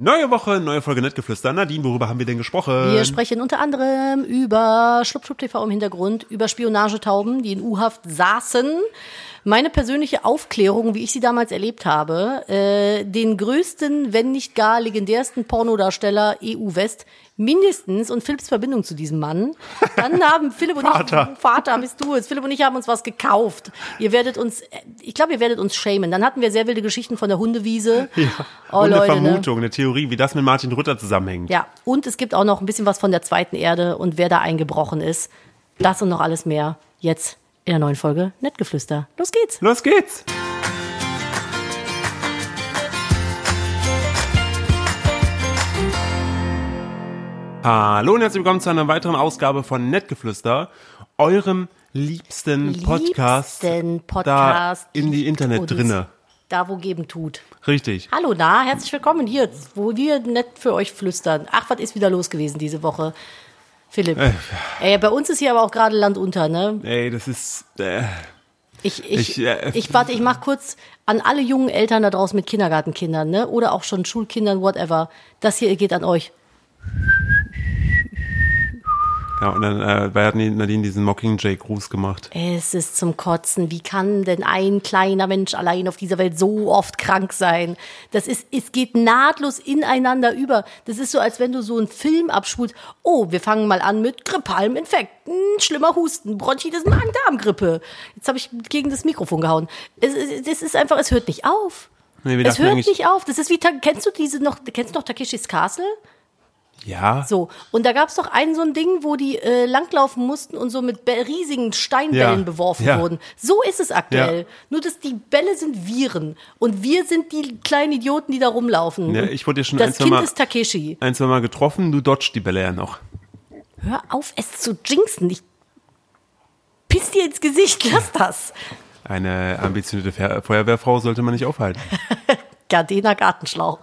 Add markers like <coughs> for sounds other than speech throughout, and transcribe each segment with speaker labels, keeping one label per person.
Speaker 1: Neue Woche, neue Folge Nettgeflüster. Nadine, worüber haben wir denn gesprochen?
Speaker 2: Wir sprechen unter anderem über Schlupp Schlupp TV im Hintergrund, über Spionagetauben, die in U-Haft saßen, meine persönliche Aufklärung, wie ich sie damals erlebt habe, äh, den größten, wenn nicht gar legendärsten Pornodarsteller EU-West mindestens und Philipps Verbindung zu diesem Mann. Dann haben Philipp und
Speaker 1: Vater.
Speaker 2: ich, Vater bist du es, Philipp und ich haben uns was gekauft. Ihr werdet uns, äh, ich glaube, ihr werdet uns shamen. Dann hatten wir sehr wilde Geschichten von der Hundewiese. Ja. Oh,
Speaker 1: und eine
Speaker 2: Leute, ne?
Speaker 1: Vermutung, eine Theorie, wie das mit Martin Rütter zusammenhängt.
Speaker 2: Ja, und es gibt auch noch ein bisschen was von der zweiten Erde und wer da eingebrochen ist. Das und noch alles mehr jetzt in der neuen Folge Nettgeflüster. Los geht's.
Speaker 1: Los geht's! Hallo und herzlich willkommen zu einer weiteren Ausgabe von Nettgeflüster, eurem liebsten Podcast,
Speaker 2: Liebsten Podcast
Speaker 1: da in die Internet
Speaker 2: uns.
Speaker 1: drinne.
Speaker 2: Da, wo geben tut.
Speaker 1: Richtig.
Speaker 2: Hallo, na, herzlich willkommen hier, wo wir nett für euch flüstern. Ach, was ist wieder los gewesen diese Woche? Philipp.
Speaker 1: Äh,
Speaker 2: Ey, bei uns ist hier aber auch gerade Land unter, ne?
Speaker 1: Ey, das ist äh,
Speaker 2: Ich,
Speaker 1: Ich,
Speaker 2: ich, ich,
Speaker 1: äh,
Speaker 2: warte, ich mach kurz an alle jungen Eltern da draußen mit Kindergartenkindern, ne? Oder auch schon Schulkindern, whatever. Das hier geht an euch.
Speaker 1: ja und dann äh, bei hat Nadine diesen Mockingjay-Gruß gemacht.
Speaker 2: Es ist zum Kotzen. Wie kann denn ein kleiner Mensch allein auf dieser Welt so oft krank sein? Das ist, es geht nahtlos ineinander über. Das ist so, als wenn du so einen Film abspulst. Oh, wir fangen mal an mit grippalem Infekt. Hm, schlimmer Husten, Bronchitis, Magen-Darm-Grippe. Jetzt habe ich gegen das Mikrofon gehauen. Es, es, es ist einfach, es hört nicht auf.
Speaker 1: Nee, wir
Speaker 2: es
Speaker 1: dachten
Speaker 2: hört
Speaker 1: eigentlich-
Speaker 2: nicht auf. Das ist wie, Ta- kennst du diese noch, kennst du noch Takeshis Castle?
Speaker 1: Ja.
Speaker 2: So, und da gab's doch ein so ein Ding, wo die äh, langlaufen mussten und so mit be- riesigen Steinbällen
Speaker 1: Ja,
Speaker 2: beworfen
Speaker 1: ja.
Speaker 2: wurden. So ist es aktuell.
Speaker 1: Ja.
Speaker 2: Nur, dass die Bälle sind Viren und wir sind die kleinen Idioten, die da rumlaufen.
Speaker 1: Ja,
Speaker 2: Und
Speaker 1: ich wurde ja schon ein,
Speaker 2: das
Speaker 1: zwei
Speaker 2: Kind
Speaker 1: Mal-
Speaker 2: ist Takeshi.
Speaker 1: ein, zwei Mal getroffen, du dodgst die Bälle ja noch.
Speaker 2: Hör auf, es zu jinxen. Ich piss dir ins Gesicht, <laughs> lass das.
Speaker 1: Eine ambitionierte Fe- Feuerwehrfrau sollte man nicht aufhalten. <laughs>
Speaker 2: Gardena Gartenschlauch.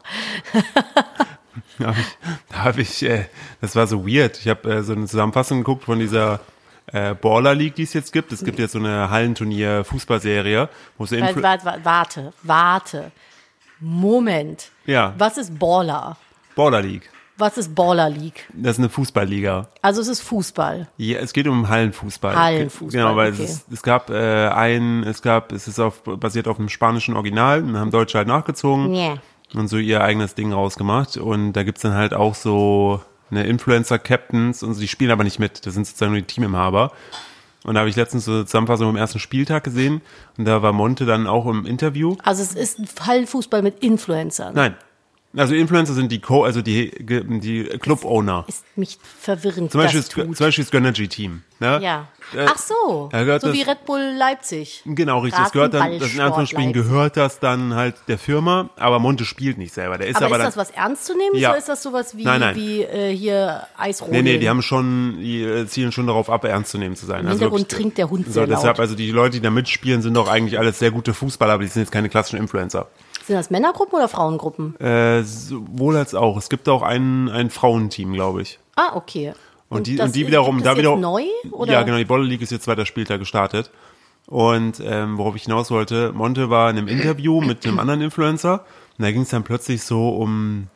Speaker 1: Da habe ich, da hab ich äh, das war so weird. Ich habe äh, so eine Zusammenfassung geguckt von dieser äh, Baller League, die es jetzt gibt. Es gibt jetzt so eine Hallenturnier-Fußballserie, wo es
Speaker 2: <laughs> Warte,
Speaker 1: <laughs> Influ
Speaker 2: warte, warte, warte. Moment.
Speaker 1: Ja.
Speaker 2: Was ist Baller?
Speaker 1: Baller League.
Speaker 2: Was ist Baller League?
Speaker 1: Das ist eine Fußballliga.
Speaker 2: Also es ist Fußball.
Speaker 1: Ja, es geht um Hallenfußball.
Speaker 2: Hallenfußball,
Speaker 1: Genau, weil
Speaker 2: okay.
Speaker 1: es, ist, es gab äh, einen, es gab, es ist auf, basiert auf einem spanischen Original, und haben Deutsche halt nachgezogen.
Speaker 2: Yeah.
Speaker 1: und so ihr eigenes Ding rausgemacht. Und da gibt's dann halt auch so eine Influencer-Captains und so, die spielen aber nicht mit. Das sind sozusagen nur die Teaminhaber. Und da habe ich letztens so eine Zusammenfassung vom ersten Spieltag gesehen und da war Monte dann auch im Interview.
Speaker 2: Also es ist ein Hallenfußball mit Influencern.
Speaker 1: Nein. Also Influencer sind die Co, also die, die Club-Owner.
Speaker 2: Ist mich verwirrend,
Speaker 1: Zum Beispiel,
Speaker 2: das
Speaker 1: ist, zum
Speaker 2: tut.
Speaker 1: Beispiel ist Gönnergy-Team. Ne?
Speaker 2: ja.
Speaker 1: Äh,
Speaker 2: Ach so,
Speaker 1: da gehört
Speaker 2: so wie
Speaker 1: das-
Speaker 2: Red Bull Leipzig.
Speaker 1: Genau, richtig. Das gehört dann, das in Anführungsstrichen
Speaker 2: Rasenballsport
Speaker 1: gehört das dann halt der Firma, aber Monte spielt nicht selber. Der ist aber,
Speaker 2: Aber,
Speaker 1: dann,
Speaker 2: ist das was ernst zu nehmen
Speaker 1: Ja.
Speaker 2: oder ist das sowas wie,
Speaker 1: Nein, nein.
Speaker 2: wie äh, hier Eisrodeln?
Speaker 1: Nee, nee, die haben schon, die äh, zielen schon darauf ab, ernst zu nehmen zu sein. Im
Speaker 2: Hintergrund trinkt der Hund
Speaker 1: so,
Speaker 2: sehr laut.
Speaker 1: deshalb, also die Leute, die da mitspielen, sind doch eigentlich alles sehr gute Fußballer, aber die sind jetzt keine klassischen Influencer.
Speaker 2: Sind das Männergruppen oder Frauengruppen?
Speaker 1: Äh, sowohl als auch. Es gibt auch ein, ein Frauenteam, glaube ich.
Speaker 2: ah, okay.
Speaker 1: Und die,
Speaker 2: das
Speaker 1: und die
Speaker 2: ist-
Speaker 1: wiederum,
Speaker 2: gibt es
Speaker 1: da wiederum.
Speaker 2: Jetzt neu? Oder?
Speaker 1: Ja, genau, die Bolle League ist jetzt zweiter Spieltag gestartet. Und ähm, worauf ich hinaus wollte, Monte war in einem
Speaker 2: <coughs>
Speaker 1: Interview mit einem anderen Influencer und da ging es dann plötzlich so um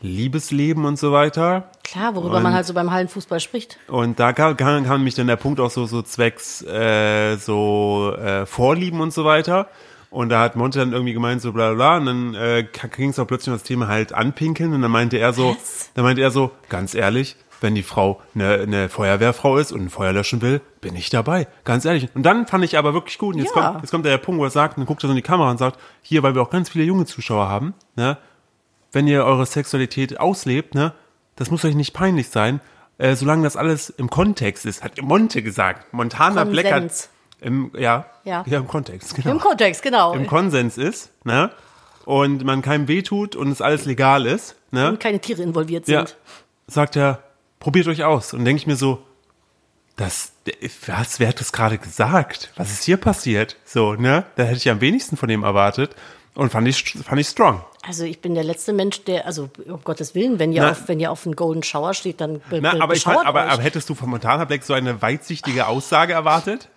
Speaker 1: Liebesleben und so weiter.
Speaker 2: Klar, worüber man halt so beim Hallenfußball spricht.
Speaker 1: Und da kam, kam, kam mich dann der Punkt auch so, so zwecks äh, so äh, Vorlieben und so weiter. Und da hat Monte dann irgendwie gemeint, so bla bla, bla. und dann äh, ging es auch plötzlich um das Thema halt anpinkeln. Und dann meinte er so,
Speaker 2: Was?
Speaker 1: dann meinte er so, ganz ehrlich, wenn die Frau eine, eine Feuerwehrfrau ist und ein Feuer löschen will, bin ich dabei. Ganz ehrlich. Und dann fand ich aber wirklich gut. Und jetzt,
Speaker 2: Ja.
Speaker 1: kommt, jetzt kommt der Punkt, wo er sagt, und dann guckt er so in die Kamera und sagt, hier, weil wir auch ganz viele junge Zuschauer haben, ne, wenn ihr eure Sexualität auslebt, ne, das muss euch nicht peinlich sein, äh, solange das alles im Kontext ist, hat Monte gesagt. Montana
Speaker 2: Konsens.
Speaker 1: Black hat im, ja,
Speaker 2: Ja.
Speaker 1: im Kontext, genau.
Speaker 2: Im Kontext, genau.
Speaker 1: Im Konsens ist, ne, und man keinem wehtut und es alles legal ist, ne,
Speaker 2: Und keine Tiere involviert
Speaker 1: ja,
Speaker 2: sind.
Speaker 1: sagt er, probiert euch aus. Und denke ich mir so, das, was, wer hat das gerade gesagt? Was ist hier passiert? So, ne, da hätte ich am wenigsten von dem erwartet und fand ich, fand ich strong.
Speaker 2: Also ich bin der letzte Mensch, der, also um Gottes Willen, wenn ihr,
Speaker 1: Na-
Speaker 2: auf, wenn ihr auf einen Golden Shower steht, dann be
Speaker 1: Na,
Speaker 2: be
Speaker 1: aber, ich fand,
Speaker 2: beschauert
Speaker 1: aber,
Speaker 2: Äh, euch.
Speaker 1: aber hättest du von Montana Black so eine weitsichtige Aussage erwartet?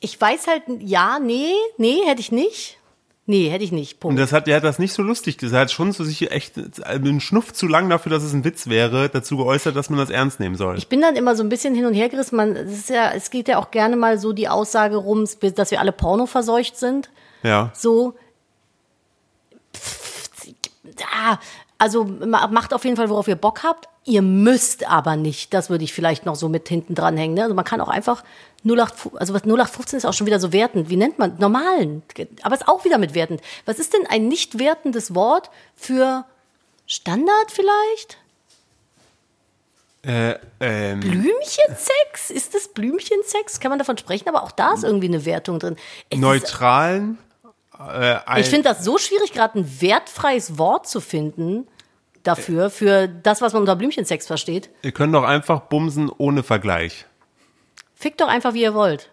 Speaker 2: Ich weiß halt, ja, nee, nee, hätte ich nicht. Nee, hätte ich nicht.
Speaker 1: Und
Speaker 2: Punkt.
Speaker 1: das hat, der hat das nicht so lustig gesagt. Er hat schon so sich echt einen Schnuff zu lang dafür, dass es ein Witz wäre, dazu geäußert, dass man das ernst nehmen soll.
Speaker 2: Ich bin dann immer so ein bisschen hin und her gerissen. Man, es, ist ja, es geht ja auch gerne mal so die Aussage rum, dass wir alle Porno verseucht sind.
Speaker 1: ja.
Speaker 2: So. Pff, ah, Also ma- macht auf jeden Fall, worauf ihr Bock habt. Ihr müsst aber nicht. Das würde ich vielleicht noch so mit hinten dranhängen. Ne? Also man kann auch einfach 08, also was 0815 ist auch schon wieder so wertend. Wie nennt man? Normalen. Aber ist auch wieder mit wertend. Was ist denn ein nicht wertendes Wort für Standard vielleicht?
Speaker 1: Äh, ähm,
Speaker 2: Blümchensex? Ist das Blümchensex? Kann man davon sprechen? Aber auch da ist irgendwie eine Wertung drin. Es ist,
Speaker 1: neutralen. Äh, ein-
Speaker 2: ich finde das so schwierig, gerade ein wertfreies Wort zu finden
Speaker 1: Äh.
Speaker 2: dafür, für das, was man unter Blümchensex versteht.
Speaker 1: Ihr könnt doch einfach bumsen ohne Vergleich.
Speaker 2: Fickt doch einfach, wie ihr wollt.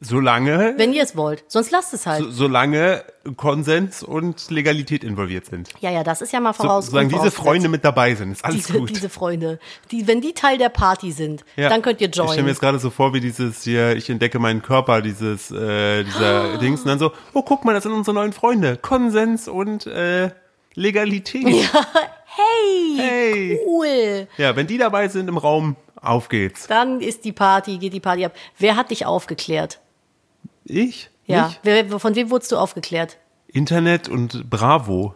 Speaker 1: Solange,
Speaker 2: Wenn ihr es wollt. Sonst lasst es halt.
Speaker 1: so, solange Konsens und Legalität involviert sind.
Speaker 2: ja, ja, das ist ja mal
Speaker 1: So,
Speaker 2: voraus.
Speaker 1: solange diese
Speaker 2: vorausgesetzt.
Speaker 1: Freunde mit dabei sind, ist alles
Speaker 2: Diese,
Speaker 1: gut.
Speaker 2: diese Freunde. Die, wenn die Teil der Party sind,
Speaker 1: Ja.
Speaker 2: dann könnt ihr
Speaker 1: Ich stelle mir
Speaker 2: joinen.
Speaker 1: jetzt gerade so vor, wie dieses hier, ich entdecke meinen Körper, dieses, äh,
Speaker 2: Ah.
Speaker 1: dieser Dings. Und dann so, oh, guck mal, das sind unsere neuen Freunde. Konsens und äh, Legalität.
Speaker 2: <laughs> Hey,
Speaker 1: Hey.
Speaker 2: cool.
Speaker 1: Ja, wenn die dabei sind im Raum, auf geht's.
Speaker 2: Dann ist die Party, geht die Party ab. Wer hat dich aufgeklärt?
Speaker 1: Ich?
Speaker 2: Ja.
Speaker 1: Ich?
Speaker 2: Wer, von wem wurdest du aufgeklärt?
Speaker 1: Internet und Bravo.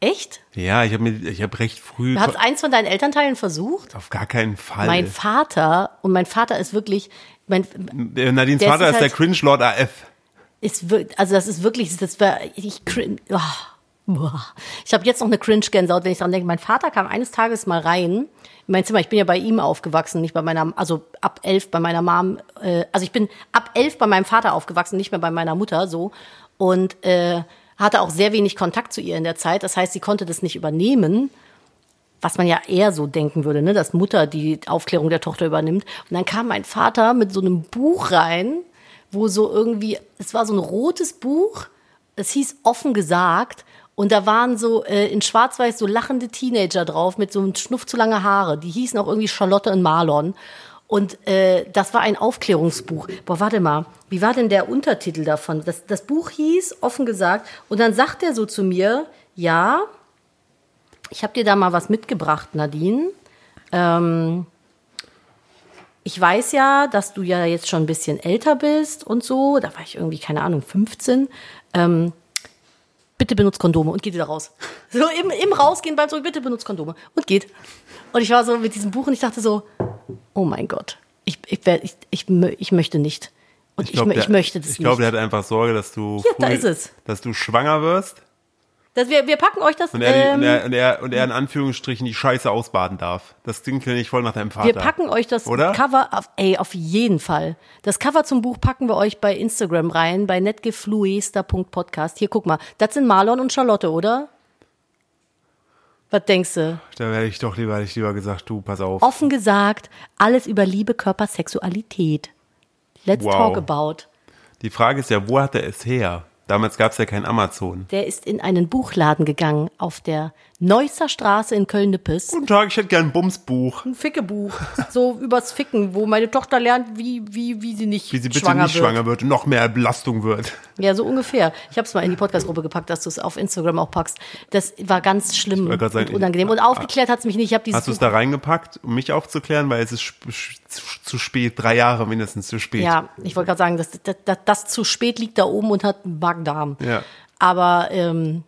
Speaker 2: Echt?
Speaker 1: Ja, ich habe mir, ich habe recht früh.
Speaker 2: Hat eins von deinen Elternteilen versucht?
Speaker 1: Auf gar keinen Fall.
Speaker 2: Mein Vater, und mein Vater ist wirklich, mein,
Speaker 1: Der Nadines
Speaker 2: Der ist
Speaker 1: Äh, Vater ist,
Speaker 2: halt-
Speaker 1: der Cringe Lord AF.
Speaker 2: ist wir- also das ist wirklich, das war, ich crin- ah, boah. Ich habe jetzt noch eine Cringe-Gänsehaut, wenn ich dran denke. Mein Vater kam eines Tages mal rein in mein Zimmer. Ich bin ja bei ihm aufgewachsen, nicht bei meiner, also ab elf bei meiner Mom. Äh, also ich bin ab elf bei meinem Vater aufgewachsen, nicht mehr bei meiner Mutter so. Und äh, hatte auch sehr wenig Kontakt zu ihr in der Zeit. Das heißt, sie konnte das nicht übernehmen was man ja eher so denken würde, ne, dass Mutter die Aufklärung der Tochter übernimmt. Und dann kam mein Vater mit so einem Buch rein, wo so irgendwie, es war so ein rotes Buch, es hieß offen gesagt. Und da waren so äh, in Schwarz-Weiß so lachende Teenager drauf mit so einem Schnuff zu lange Haare. Die hießen auch irgendwie Charlotte und Marlon. Und äh, das war ein Aufklärungsbuch. Boah, warte mal, wie war denn der Untertitel davon? Das, das Buch hieß, offen gesagt, und dann sagt er so zu mir, ja, ich habe dir da mal was mitgebracht, Nadine. Ähm, ich weiß ja, dass du ja jetzt schon ein bisschen älter bist und so. Da war ich irgendwie, keine Ahnung, 15. Ähm, bitte benutzt Kondome und geht wieder raus. <laughs> So im, im Rausgehen beim Zurück, bitte benutzt Kondome und geht. Und ich war so mit diesem Buch und ich dachte so, oh mein Gott, ich, ich, werd- ich, ich, mö- ich möchte nicht. Und ich,
Speaker 1: glaub,
Speaker 2: mö-
Speaker 1: der-
Speaker 2: ich möchte das
Speaker 1: Ich
Speaker 2: nicht.
Speaker 1: glaube, der hat einfach Sorge, dass du,
Speaker 2: Ja, da ist es.
Speaker 1: dass du schwanger wirst
Speaker 2: das, wir, wir packen euch das.
Speaker 1: und er, die-
Speaker 2: ähm,
Speaker 1: und, er, und, er, und er in Anführungsstrichen die Scheiße ausbaden darf. Das klingt ja nicht voll nach deinem Vater.
Speaker 2: Wir packen euch das
Speaker 1: Oder?
Speaker 2: Cover, auf, ey, auf jeden Fall. Das Cover zum Buch packen wir euch bei Instagram rein, bei netgefluester.podcast. Hier, guck mal, das sind Marlon und Charlotte, oder? Was denkst du?
Speaker 1: Da hätte ich doch lieber, hätte ich lieber gesagt, du, pass auf.
Speaker 2: Offen gesagt, alles über Liebe, Körper, Sexualität. Let's
Speaker 1: Wow.
Speaker 2: talk about.
Speaker 1: Die Frage ist ja, wo hat er es her? Damals gab es ja kein Amazon.
Speaker 2: Der ist in einen Buchladen gegangen auf der Neusser Straße in Köln-Nippes.
Speaker 1: Guten Tag, ich hätte gern ein Bumsbuch.
Speaker 2: Ein Fickebuch, so übers Ficken, wo meine Tochter lernt, wie, wie, wie sie nicht
Speaker 1: Wie sie bitte
Speaker 2: schwanger
Speaker 1: nicht
Speaker 2: wird.
Speaker 1: schwanger wird und noch mehr Belastung wird.
Speaker 2: Ja, so ungefähr. Ich habe es mal in die Podcast-Gruppe gepackt, dass du es auf Instagram auch packst. Das war ganz schlimm
Speaker 1: wollte grad sagen, Ah,
Speaker 2: und unangenehm. Und aufgeklärt hat's mich nicht. Ich habe dieses
Speaker 1: Hast du es da reingepackt, um mich aufzuklären? Weil es ist sp- sch- zu- zu spät, drei Jahre mindestens zu spät.
Speaker 2: Ja, ich wollte gerade sagen, das, das, das, das zu spät liegt da oben und hat einen Magen-Darm.
Speaker 1: Ja.
Speaker 2: Aber ähm,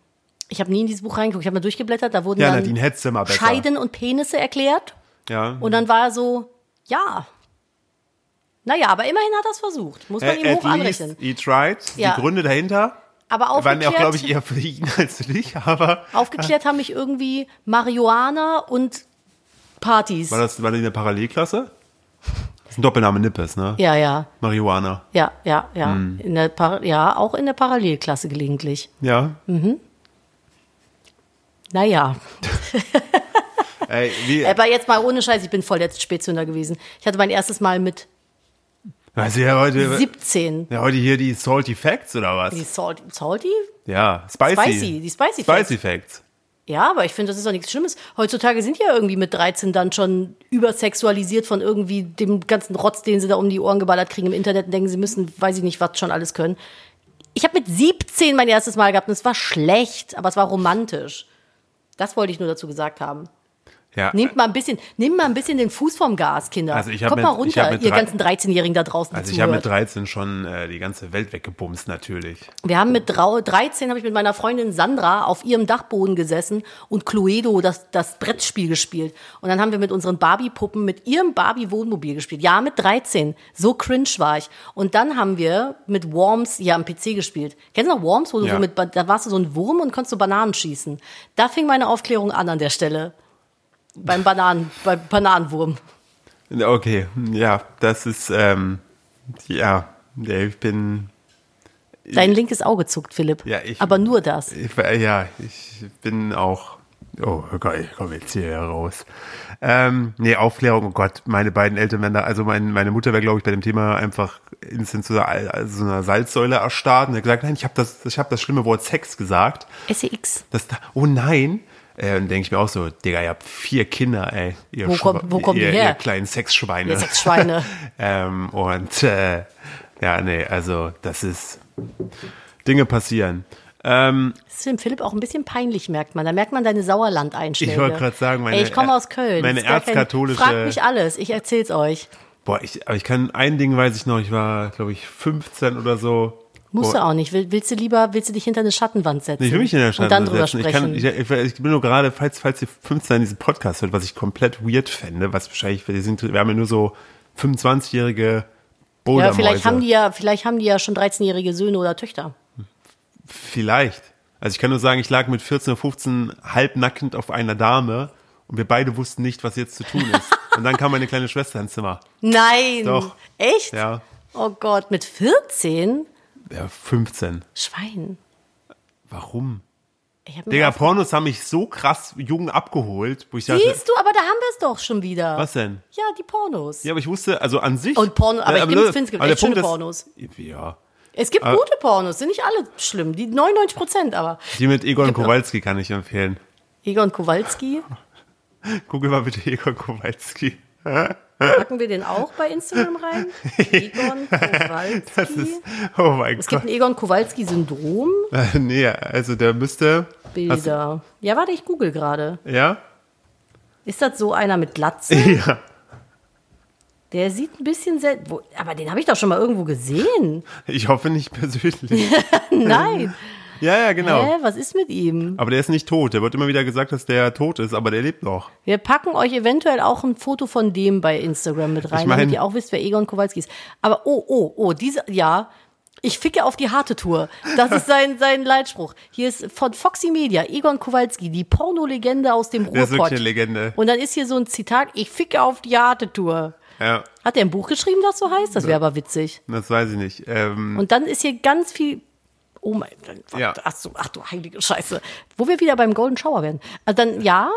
Speaker 2: ich habe nie in dieses Buch reingeguckt. Ich habe mal durchgeblättert, da wurden
Speaker 1: Ja,
Speaker 2: dann
Speaker 1: Nadine, hättest du mal besser.
Speaker 2: Scheiden und Penisse erklärt.
Speaker 1: Ja.
Speaker 2: Und dann war er so, ja. Naja, aber immerhin hat er es versucht. Muss man
Speaker 1: Äh,
Speaker 2: ihm hoch
Speaker 1: at least
Speaker 2: anrechnen.
Speaker 1: he tried.
Speaker 2: Ja.
Speaker 1: Die Gründe dahinter
Speaker 2: Aber aufgeklärt,
Speaker 1: waren ja auch, glaube <laughs> ich, eher für ihn als für dich. Aber
Speaker 2: aufgeklärt haben mich irgendwie Marihuana und Partys.
Speaker 1: war das war das in der Parallelklasse? Das ist ein Doppelname Nippes, ne?
Speaker 2: Ja, ja,
Speaker 1: Marihuana.
Speaker 2: ja, ja, ja. In der Par ja, auch in der Parallelklasse gelegentlich.
Speaker 1: Ja.
Speaker 2: Mhm. Naja.
Speaker 1: Ey, wie,
Speaker 2: Aber jetzt mal ohne Scheiß, ich bin voll der Spätzünder gewesen. Ich hatte mein erstes Mal mit
Speaker 1: also ja heute,
Speaker 2: 17.
Speaker 1: ja, heute hier die Salty Facts oder was?
Speaker 2: Die Salty, Salty?
Speaker 1: Ja, Spicy.
Speaker 2: Spicy, die Spicy Facts.
Speaker 1: Spicy Facts.
Speaker 2: Ja, aber ich finde, das ist doch nichts Schlimmes. Heutzutage sind ja irgendwie mit 13 dann schon übersexualisiert von irgendwie dem ganzen Rotz, den sie da um die Ohren geballert kriegen im Internet und denken, sie müssen, weiß ich nicht, was schon alles können. Ich habe mit 17 mein erstes Mal gehabt und es war schlecht, aber es war romantisch. Das wollte ich nur dazu gesagt haben.
Speaker 1: Ja,
Speaker 2: Nehmt mal ein bisschen, nehmt mal ein bisschen den Fuß vom Gas, Kinder.
Speaker 1: Also ich hab
Speaker 2: Kommt mal
Speaker 1: mit- ich hab
Speaker 2: runter,
Speaker 1: mit
Speaker 2: ihr
Speaker 1: drei-
Speaker 2: ganzen 13-Jährigen da draußen. die
Speaker 1: also ich habe mit
Speaker 2: zuhört.
Speaker 1: 13 schon äh, die ganze Welt weggebumst natürlich.
Speaker 2: Wir haben mit drau- 13 habe ich mit meiner Freundin Sandra auf ihrem Dachboden gesessen und Cluedo das, das Brettspiel gespielt. Und dann haben wir mit unseren Barbie-Puppen mit ihrem Barbie-Wohnmobil gespielt. Ja, mit 13. So cringe war ich. Und dann haben wir mit Worms ja am PC gespielt. Kennst du noch Worms, wo du
Speaker 1: Ja.
Speaker 2: so mit, Ba- da warst du so ein Wurm und konntest so Bananen schießen. Da fing meine Aufklärung an an der Stelle. Beim Bananen, beim Bananenwurm.
Speaker 1: Okay, ja, das ist, ähm, ja, ja, ich bin,
Speaker 2: Dein linkes Auge zuckt, Philipp.
Speaker 1: Ja, ich-
Speaker 2: Aber nur das.
Speaker 1: ich, äh, ja, ich bin auch, oh geil, komm jetzt hier raus. Ähm, nee, Aufklärung, oh Gott, meine beiden Eltern werden da, also mein, meine Mutter wäre, glaube ich, bei dem Thema einfach instant zu einer, also so einer Salzsäule erstarrt und hat gesagt, nein, ich habe das, ich habe das schlimme Wort Sex gesagt.
Speaker 2: SEX.
Speaker 1: Das, oh nein. Äh, denke ich mir auch so, Digga, ihr habt vier Kinder, ey. Ihr
Speaker 2: Wo kommt-
Speaker 1: Schwe-
Speaker 2: wo kommen die
Speaker 1: ihr,
Speaker 2: her?
Speaker 1: Ihr kleinen Sexschweine.
Speaker 2: Ihr Sexschweine.
Speaker 1: <laughs> ähm, und äh, ja, nee, also das ist, Dinge passieren. Ähm,
Speaker 2: Das ist dem Philipp auch ein bisschen peinlich, merkt man. Da merkt man deine Sauerland-Einschläge.
Speaker 1: Ich wollte gerade sagen, meine
Speaker 2: Ey, ich komme
Speaker 1: Er-
Speaker 2: aus Köln.
Speaker 1: meine
Speaker 2: Das ist gar kein-
Speaker 1: erzkatholische-
Speaker 2: Fragt mich alles, ich erzähl's euch.
Speaker 1: boah, ich, aber ich kann, ein Ding weiß ich noch, ich war, glaube ich, 15 oder so.
Speaker 2: Musst
Speaker 1: Boah,
Speaker 2: du auch nicht. Will, willst du lieber, willst du dich hinter eine Schattenwand setzen?
Speaker 1: Oh. Ich will mich in der Stadt
Speaker 2: Und dann drüber
Speaker 1: setzen.
Speaker 2: sprechen.
Speaker 1: Ich, kann, ich, ich, ich bin nur gerade, falls, falls ihr 15 an diesen Podcast hört, was ich komplett weird fände, was wahrscheinlich, wir, sind, wir haben ja nur so 25-jährige
Speaker 2: ja,
Speaker 1: Bouldermäuse.
Speaker 2: vielleicht haben die ja, vielleicht haben die ja schon 13-jährige Söhne oder Töchter.
Speaker 1: Vielleicht. Also ich kann nur sagen, ich lag mit 14 oder 15 halbnackend auf einer Dame und wir beide wussten nicht, was jetzt zu tun
Speaker 2: <laughs>
Speaker 1: ist. Und dann kam meine kleine Schwester ins Zimmer.
Speaker 2: Nein.
Speaker 1: Doch.
Speaker 2: Echt?
Speaker 1: Ja.
Speaker 2: Oh Gott, mit 14?
Speaker 1: Ja, 15.
Speaker 2: Schwein.
Speaker 1: Warum?
Speaker 2: Ich hab mir
Speaker 1: Digga,
Speaker 2: auf-
Speaker 1: Pornos haben mich so krass jung abgeholt, wo ich dachte,
Speaker 2: Siehst du, aber da haben wir es doch schon wieder.
Speaker 1: was denn?
Speaker 2: Ja, die Pornos.
Speaker 1: Ja, aber ich wusste, also an sich.
Speaker 2: Und Porno- aber ich
Speaker 1: ne,
Speaker 2: find's- find's gibt
Speaker 1: aber der
Speaker 2: echt schöne
Speaker 1: Punkt ist- Ja.
Speaker 2: Es gibt
Speaker 1: Aber-
Speaker 2: gute Pornos, sind nicht alle schlimm. Die 99 Prozent aber.
Speaker 1: Die mit Egon
Speaker 2: Gibt noch-
Speaker 1: Kowalski kann ich empfehlen.
Speaker 2: Egon Kowalski,
Speaker 1: Google mal bitte Egon Kowalski.
Speaker 2: packen wir den auch bei
Speaker 1: <laughs>
Speaker 2: Instagram rein? Egon Kowalski.
Speaker 1: Das ist, oh mein
Speaker 2: es gibt
Speaker 1: Gott.
Speaker 2: ein Egon Kowalski-Syndrom.
Speaker 1: Äh, <laughs> nee, also der müsste. hast du-
Speaker 2: Bilder. Ja, warte, ich google gerade.
Speaker 1: Ja? <laughs>
Speaker 2: Ist das so einer mit Glatze?
Speaker 1: Ja.
Speaker 2: Der sieht ein bisschen sehr. Wo, aber den habe ich doch schon mal irgendwo gesehen. <laughs>
Speaker 1: Ich hoffe nicht persönlich.
Speaker 2: Nein.
Speaker 1: ja, ja, genau.
Speaker 2: Hä, was ist mit ihm?
Speaker 1: Aber der ist nicht tot. Der wird immer wieder gesagt, dass der tot ist, aber der lebt noch.
Speaker 2: Wir packen euch eventuell auch ein Foto von dem bei Instagram mit rein,
Speaker 1: Ich mein-
Speaker 2: damit ihr auch wisst, wer Egon Kowalski ist. Aber oh, oh, oh, diese, ja, ich ficke auf die harte Tour. Das ist
Speaker 1: <laughs>
Speaker 2: sein, sein Leitspruch. Hier ist von Foxy Media, Egon Kowalski, die Pornolegende aus dem
Speaker 1: Der ist
Speaker 2: Ruhrpott.
Speaker 1: wirklich eine Legende.
Speaker 2: Und dann ist hier so ein Zitat, ich ficke auf die harte Tour.
Speaker 1: Ja,
Speaker 2: Hat er ein Buch geschrieben, das so heißt? Das wäre aber witzig.
Speaker 1: das weiß ich nicht. Ähm,
Speaker 2: Und dann ist hier ganz viel. Oh mein Gott,
Speaker 1: Ja.
Speaker 2: ach, so, ach du heilige Scheiße. Wo wir wieder beim Golden Shower werden. Also dann, ja,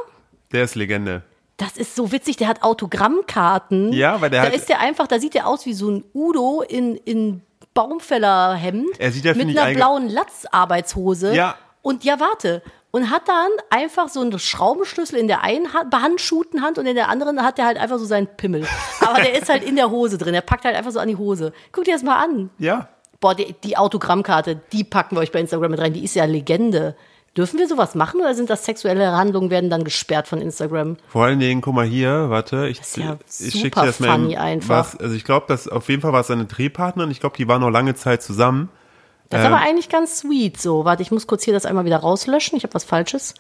Speaker 1: der ist Legende.
Speaker 2: das ist so witzig, der hat Autogrammkarten.
Speaker 1: Ja, weil der halt
Speaker 2: da
Speaker 1: hat-
Speaker 2: ist der einfach, da sieht er aus wie so ein Udo in, in Baumfällerhemd
Speaker 1: Er sieht ja,
Speaker 2: mit
Speaker 1: finde ich,
Speaker 2: einer
Speaker 1: einge-
Speaker 2: blauen Latzarbeitshose.
Speaker 1: Ja.
Speaker 2: Und ja, warte. Und hat dann einfach so einen Schraubenschlüssel in der einen Hand, behandschuhten Hand und in der anderen hat er halt einfach so seinen Pimmel. Aber der ist halt in der Hose drin. Er packt halt einfach so an die Hose. Guck dir das mal an.
Speaker 1: Ja.
Speaker 2: Boah, die, die Autogrammkarte, die packen wir euch bei Instagram mit rein. Die ist ja Legende. Dürfen wir sowas machen oder sind das sexuelle Handlungen, werden dann gesperrt von Instagram?
Speaker 1: Vor allen Dingen, guck mal hier, warte, ich,
Speaker 2: ist ja
Speaker 1: ich
Speaker 2: super
Speaker 1: schicke dir das mal.
Speaker 2: funny
Speaker 1: in-
Speaker 2: einfach.
Speaker 1: Was, also ich glaube, dass auf jeden Fall war es seine Drehpartnerin. Ich glaube, die waren noch lange Zeit zusammen.
Speaker 2: Das ist aber
Speaker 1: Ähm.
Speaker 2: eigentlich ganz sweet. So, warte, ich muss kurz hier das einmal wieder rauslöschen. Ich habe was Falsches.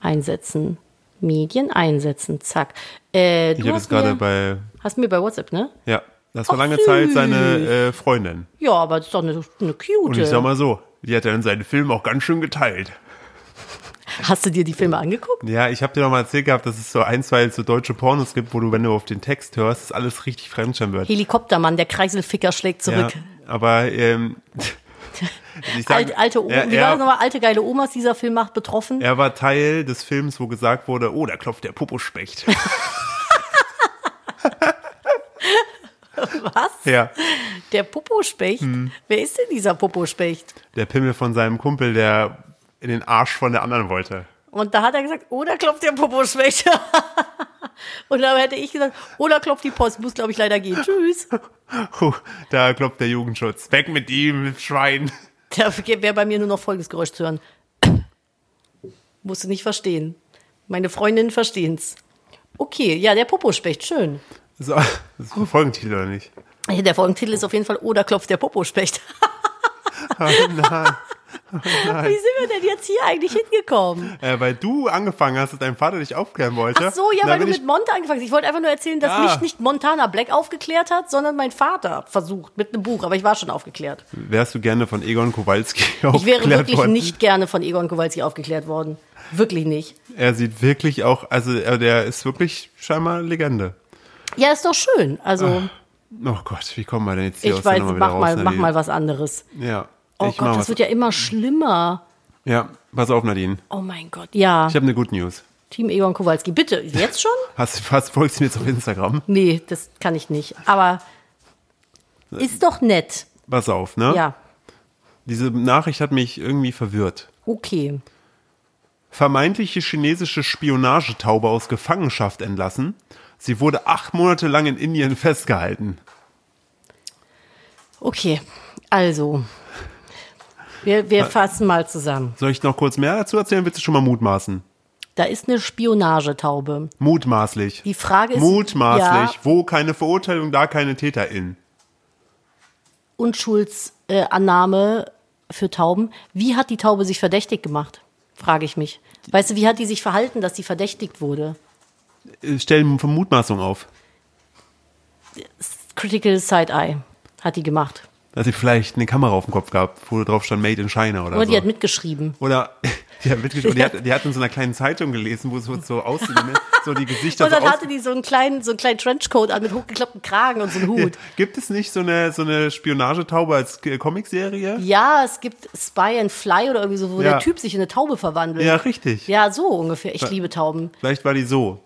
Speaker 2: Einsetzen. Medien einsetzen. Zack. Äh,
Speaker 1: Ich
Speaker 2: du
Speaker 1: habe
Speaker 2: hast
Speaker 1: es gerade
Speaker 2: mir,
Speaker 1: bei,
Speaker 2: hast mir bei WhatsApp, ne?
Speaker 1: ja, das war
Speaker 2: Ach,
Speaker 1: lange
Speaker 2: süß.
Speaker 1: Zeit seine äh, Freundin.
Speaker 2: Ja, aber das ist doch eine, eine
Speaker 1: Und ich sag
Speaker 2: cute.
Speaker 1: mal so, die hat dann seinen Film auch ganz schön geteilt.
Speaker 2: Hast du dir die Filme angeguckt?
Speaker 1: Ja, ich habe dir noch mal erzählt gehabt, dass es so ein, zwei so deutsche Pornos gibt, wo du, wenn du auf den Text hörst, das alles richtig fremdschirm wird.
Speaker 2: Helikoptermann, der Kreiselficker schlägt
Speaker 1: Ja,
Speaker 2: zurück.
Speaker 1: aber ähm, <laughs> ich sag-
Speaker 2: Alt, alte Oma,
Speaker 1: er,
Speaker 2: wie war das
Speaker 1: er,
Speaker 2: nochmal? Alte geile Omas, dieser Film macht betroffen.
Speaker 1: er war Teil des Films, wo gesagt wurde, oh, da klopft der Popospecht.
Speaker 2: <laughs> Was?
Speaker 1: ja.
Speaker 2: Der Popospecht?
Speaker 1: Mhm.
Speaker 2: Wer ist denn dieser Popospecht?
Speaker 1: Der Pimmel von seinem Kumpel, der in den Arsch von der anderen wollte.
Speaker 2: Und da hat er gesagt, oder klopft der Popospecht. <laughs> Und dann hätte ich gesagt, oder klopft die Post, muss glaube ich leider gehen. Tschüss.
Speaker 1: Puh, da kloppt der Jugendschutz. Weg mit ihm, Schwein.
Speaker 2: Da wäre bei mir nur noch folgendes Geräusch zu hören. <coughs> Musst du nicht verstehen. Meine Freundinnen verstehen's. Okay, ja, der Popospecht, schön.
Speaker 1: So, das ist ein Folgentitel, oder
Speaker 2: <laughs>
Speaker 1: nicht?
Speaker 2: Der Folgentitel ist auf jeden Fall Oder klopft der Popospecht. <laughs>
Speaker 1: Oh nein.
Speaker 2: Wie sind wir denn jetzt hier eigentlich hingekommen?
Speaker 1: Äh, weil du angefangen hast, dass dein Vater dich aufklären wollte.
Speaker 2: Ach so,
Speaker 1: Und
Speaker 2: ja,
Speaker 1: dann
Speaker 2: weil du
Speaker 1: bin
Speaker 2: mit Monte angefangen hast. Ich wollte einfach nur erzählen, dass
Speaker 1: Ja.
Speaker 2: mich nicht Montana Black aufgeklärt hat, sondern mein Vater versucht mit einem Buch. Aber ich war schon aufgeklärt.
Speaker 1: ich, Wärst du gerne von Egon Kowalski
Speaker 2: Ich wäre
Speaker 1: aufgeklärt
Speaker 2: wirklich
Speaker 1: worden?
Speaker 2: nicht gerne von Egon Kowalski aufgeklärt worden. Wirklich nicht.
Speaker 1: Er sieht wirklich auch, also er, der ist wirklich scheinbar Legende.
Speaker 2: Ja, ist doch schön. Also,
Speaker 1: Oh Gott, wie kommen wir denn jetzt hier
Speaker 2: ich
Speaker 1: aus der
Speaker 2: weiß,
Speaker 1: Nummer wieder
Speaker 2: mach mal,
Speaker 1: raus? ne?
Speaker 2: mach mal
Speaker 1: Nadine?
Speaker 2: was anderes.
Speaker 1: Ja.
Speaker 2: Oh
Speaker 1: ich
Speaker 2: Gott,
Speaker 1: mach
Speaker 2: das
Speaker 1: was.
Speaker 2: wird ja immer schlimmer.
Speaker 1: Ja, pass auf, Nadine.
Speaker 2: Oh mein Gott, ja.
Speaker 1: Ich habe eine Good News.
Speaker 2: Team Egon Kowalski, bitte, jetzt schon?
Speaker 1: Hast, hast, folgst du mir jetzt auf Instagram?
Speaker 2: Nee, das kann ich nicht. Aber ist doch nett.
Speaker 1: Pass auf, ne?
Speaker 2: Ja,
Speaker 1: Diese Nachricht hat mich irgendwie verwirrt.
Speaker 2: okay.
Speaker 1: Vermeintliche chinesische Spionagetaube aus Gefangenschaft entlassen. Sie wurde acht Monate lang in Indien festgehalten.
Speaker 2: Okay, also. Wir,
Speaker 1: Äh.
Speaker 2: wir fassen mal zusammen.
Speaker 1: Soll ich noch kurz mehr dazu erzählen? Willst du schon mal mutmaßen?
Speaker 2: Da ist eine Spionagetaube.
Speaker 1: Mutmaßlich.
Speaker 2: Die Frage ist.
Speaker 1: Mutmaßlich.
Speaker 2: Ja,
Speaker 1: Wo keine Verurteilung, da keine TäterInnen.
Speaker 2: Unschuldsannahme äh, Annahme für Tauben. Wie hat die Taube sich verdächtig gemacht? Frage ich mich. Weißt du, wie hat die sich verhalten, dass sie verdächtigt wurde?
Speaker 1: Äh, Stellen von Mutmaßung auf.
Speaker 2: Critical Side-Eye hat die gemacht.
Speaker 1: Dass sie vielleicht eine Kamera auf dem Kopf gab, wo drauf stand Made in China oder
Speaker 2: Oder die
Speaker 1: so.
Speaker 2: hat mitgeschrieben.
Speaker 1: Oder <laughs> die hat, wirklich, die, hat, die hat in so einer kleinen Zeitung gelesen, wo es so- so aussieht, ne? so die Gesichter
Speaker 2: Und
Speaker 1: so
Speaker 2: dann
Speaker 1: aus.
Speaker 2: hatte die so einen kleinen, so einen kleinen Trenchcoat an mit hochgeklapptem
Speaker 1: <laughs>
Speaker 2: Kragen und so einen Hut.
Speaker 1: Gibt es nicht so eine, so eine Spionagetaube als K- Comicserie?
Speaker 2: Ja, es gibt Spy and Fly oder irgendwie so, wo
Speaker 1: Ja.
Speaker 2: der Typ sich in eine Taube verwandelt.
Speaker 1: Ja, richtig.
Speaker 2: Ja, so ungefähr. Ich liebe Tauben.
Speaker 1: Vielleicht war die so.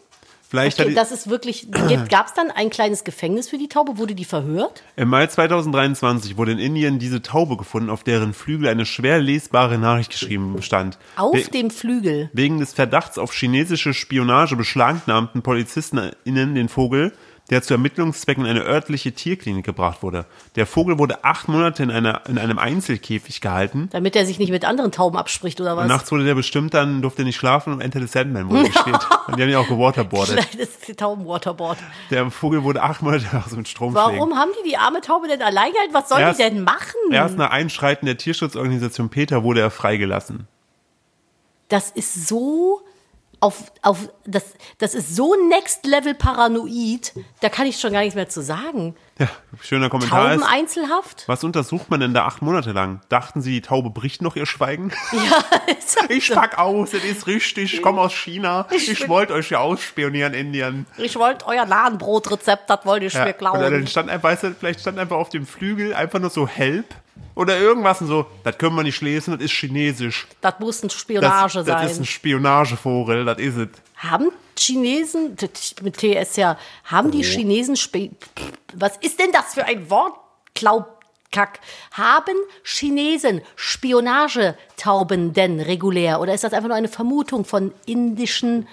Speaker 1: Vielleicht
Speaker 2: Okay,
Speaker 1: hat
Speaker 2: das ist wirklich.
Speaker 1: <clears throat>
Speaker 2: Gab es dann ein kleines Gefängnis für die Taube? Wurde die verhört?
Speaker 1: die, Im Mai 2023 wurde in Indien diese Taube gefunden, auf deren Flügel eine schwer lesbare Nachricht geschrieben stand.
Speaker 2: Auf
Speaker 1: We
Speaker 2: dem Flügel.
Speaker 1: wegen des Verdachts auf chinesische Spionage beschlagnahmten PolizistInnen den Vogel, der zu Ermittlungszwecken in eine örtliche Tierklinik gebracht wurde. Der Vogel wurde acht Monate in, einer, in einem Einzelkäfig gehalten.
Speaker 2: Damit er sich nicht mit anderen Tauben abspricht oder was?
Speaker 1: Und nachts wurde der bestimmt dann, durfte nicht schlafen und Enter the Sandman wurde gespielt. Und die haben ihn auch
Speaker 2: <laughs>
Speaker 1: gewaterboardet.
Speaker 2: Vielleicht ist die Taubenwaterboard.
Speaker 1: Der Vogel wurde acht Monate nach so mit Strom
Speaker 2: Warum haben die die arme Taube denn allein gehalten? Was soll
Speaker 1: Erst-
Speaker 2: die denn machen?
Speaker 1: Erst nach Einschreiten der Tierschutzorganisation PETA wurde er freigelassen.
Speaker 2: das ist so auf, auf das, das ist so next level paranoid, da kann ich schon gar nichts mehr zu sagen.
Speaker 1: Ja, schöner Kommentar
Speaker 2: Tauben
Speaker 1: ist.
Speaker 2: einzelhaft? <laughs>
Speaker 1: Was untersucht man denn da acht Monate lang? Dachten Sie, die Taube bricht noch ihr Schweigen? <laughs> Ich pack aus, es ist richtig, ich komme aus China. Ich wollte euch ja ausspionieren, Indien.
Speaker 2: Ich wollte euer Ladenbrotrezept, das wollte ich
Speaker 1: Ja.
Speaker 2: mir
Speaker 1: Und dann
Speaker 2: klauen.
Speaker 1: stand einfach, weißt du, vielleicht stand einfach auf dem Flügel einfach nur so Help oder irgendwas und so, das können wir nicht lesen, das ist chinesisch.
Speaker 2: Das muss eine
Speaker 1: Das,
Speaker 2: Spionage
Speaker 1: das ist ein
Speaker 2: sein.
Speaker 1: Spionagevogel, das ist es.
Speaker 2: Haben Chinesen, das- mit T ist ja, haben
Speaker 1: Oh.
Speaker 2: die Chinesen, Spe was ist denn das für ein Wort, Klaubkack? Haben Chinesen Spionagetauben denn regulär? Oder ist das einfach nur eine Vermutung von indischen,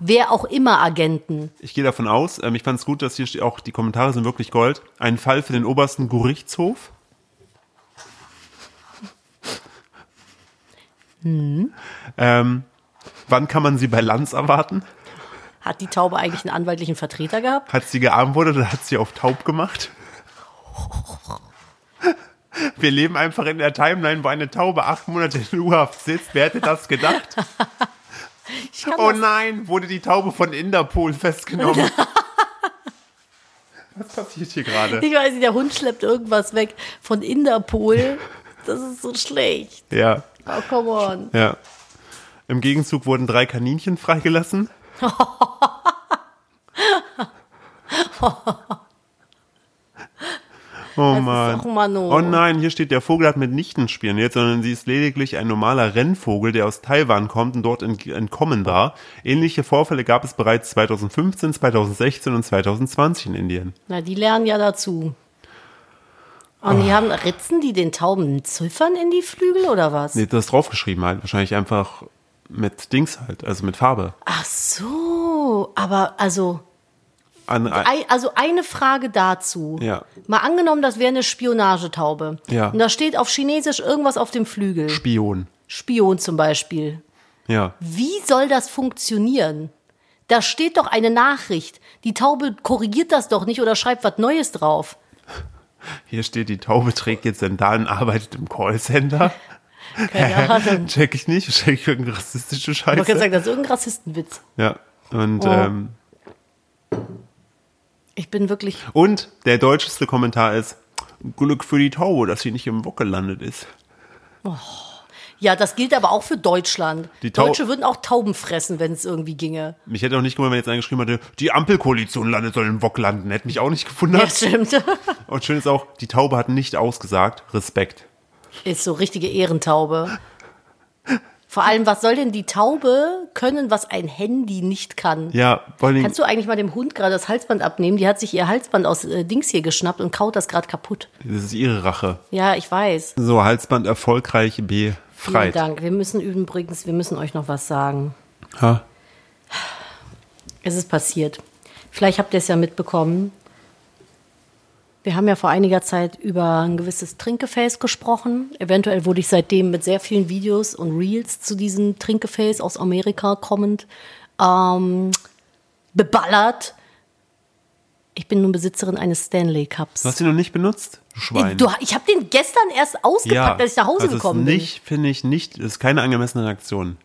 Speaker 2: wer auch immer Agenten?
Speaker 1: Ich gehe davon aus, ähm, ich fand es gut, dass hier ste- auch die Kommentare sind wirklich Gold. Ein Fall für den obersten Gerichtshof.
Speaker 2: Hm.
Speaker 1: Ähm, wann kann man sie bei Lanz erwarten?
Speaker 2: Hat die Taube eigentlich einen anwaltlichen Vertreter gehabt?
Speaker 1: Hat sie gearmt oder hat sie auf taub gemacht? Wir leben einfach in der Timeline, wo eine Taube acht Monate in U-Haft sitzt. Wer hätte das gedacht?
Speaker 2: Ich kann
Speaker 1: Oh
Speaker 2: das-
Speaker 1: nein, wurde die Taube von Interpol festgenommen. Was passiert hier gerade?
Speaker 2: Ich weiß nicht, der Hund schleppt irgendwas weg von Interpol. Das ist so schlecht.
Speaker 1: Ja,
Speaker 2: Oh, come on.
Speaker 1: ja. Im Gegenzug wurden drei Kaninchen freigelassen. Oh Mann.
Speaker 2: doch Mano.
Speaker 1: Oh nein, hier steht, der Vogel hat mitnichten spioniert, sondern sie ist lediglich ein normaler Rennvogel, der aus Taiwan kommt und dort ent entkommen war. Ähnliche Vorfälle gab es bereits 2015, 2016 und 2020 in Indien.
Speaker 2: Na, die lernen ja dazu. Und
Speaker 1: Ah.
Speaker 2: die haben, ritzen die den Tauben Ziffern in die Flügel oder was?
Speaker 1: Nee, das draufgeschrieben halt. Wahrscheinlich einfach mit Dings halt, also mit Farbe.
Speaker 2: Ach so, aber also,
Speaker 1: An,
Speaker 2: Ei- Also eine Frage dazu.
Speaker 1: Ja.
Speaker 2: Mal angenommen, das wäre eine Spionagetaube.
Speaker 1: Ja.
Speaker 2: Und da steht auf Chinesisch irgendwas auf dem Flügel.
Speaker 1: Spion.
Speaker 2: Spion zum Beispiel.
Speaker 1: Ja.
Speaker 2: Wie soll das funktionieren? Da steht doch eine Nachricht. Die Taube korrigiert das doch nicht oder schreibt was Neues drauf.
Speaker 1: Hier steht, die Taube trägt jetzt Sandalen, arbeitet im Callcenter.
Speaker 2: <laughs> Keine Ahnung.
Speaker 1: Check ich nicht. Check ich irgendeine rassistische
Speaker 2: Man kann
Speaker 1: Scheiße.
Speaker 2: sagen, das ist irgendein Rassistenwitz.
Speaker 1: Ja. Und,
Speaker 2: Oh.
Speaker 1: ähm,
Speaker 2: Ich bin wirklich.
Speaker 1: und der deutscheste Kommentar ist, Glück für die Taube, dass sie nicht im Bock gelandet ist.
Speaker 2: Ja, das gilt aber auch für Deutschland.
Speaker 1: Die Tau-
Speaker 2: Deutsche würden auch Tauben fressen, wenn es
Speaker 1: <laughs>
Speaker 2: irgendwie ginge.
Speaker 1: Mich hätte auch nicht gewundert, wenn jetzt eingeschrieben hätte, die Ampelkoalition landet, soll im Bock landen. Hätte mich auch nicht
Speaker 2: Ja,
Speaker 1: gewundert.
Speaker 2: stimmt. <laughs>
Speaker 1: Und schön ist auch, die Taube hat nicht ausgesagt. Respekt.
Speaker 2: Ist so richtige Ehrentaube. Vor allem, was soll denn die Taube können, was ein Handy nicht kann?
Speaker 1: Ja, vor allen Dingen,
Speaker 2: Kannst du eigentlich mal dem Hund gerade das Halsband abnehmen? Die hat sich ihr Halsband aus äh, Dings hier geschnappt und kaut das gerade kaputt.
Speaker 1: das ist ihre Rache.
Speaker 2: Ja, ich weiß.
Speaker 1: So, Halsband erfolgreich
Speaker 2: Vielen
Speaker 1: befreit.
Speaker 2: Dank. Wir müssen übrigens, wir müssen euch noch was sagen.
Speaker 1: Ha?
Speaker 2: Es ist passiert. Vielleicht habt ihr es ja mitbekommen. Wir haben ja vor einiger Zeit über ein gewisses Trinkgefäß gesprochen. Eventuell wurde ich seitdem mit sehr vielen Videos und Reels zu diesem Trinkgefäß aus Amerika kommend ähm, beballert. Ich bin nun Besitzerin eines Stanley Cups.
Speaker 1: Du hast sie noch nicht benutzt? Du Schwein.
Speaker 2: Du, ich habe den gestern erst ausgepackt, als ich nach Hause
Speaker 1: das
Speaker 2: gekommen
Speaker 1: also ist nicht, finde ich nicht, das ist keine angemessene Reaktion.
Speaker 2: bin.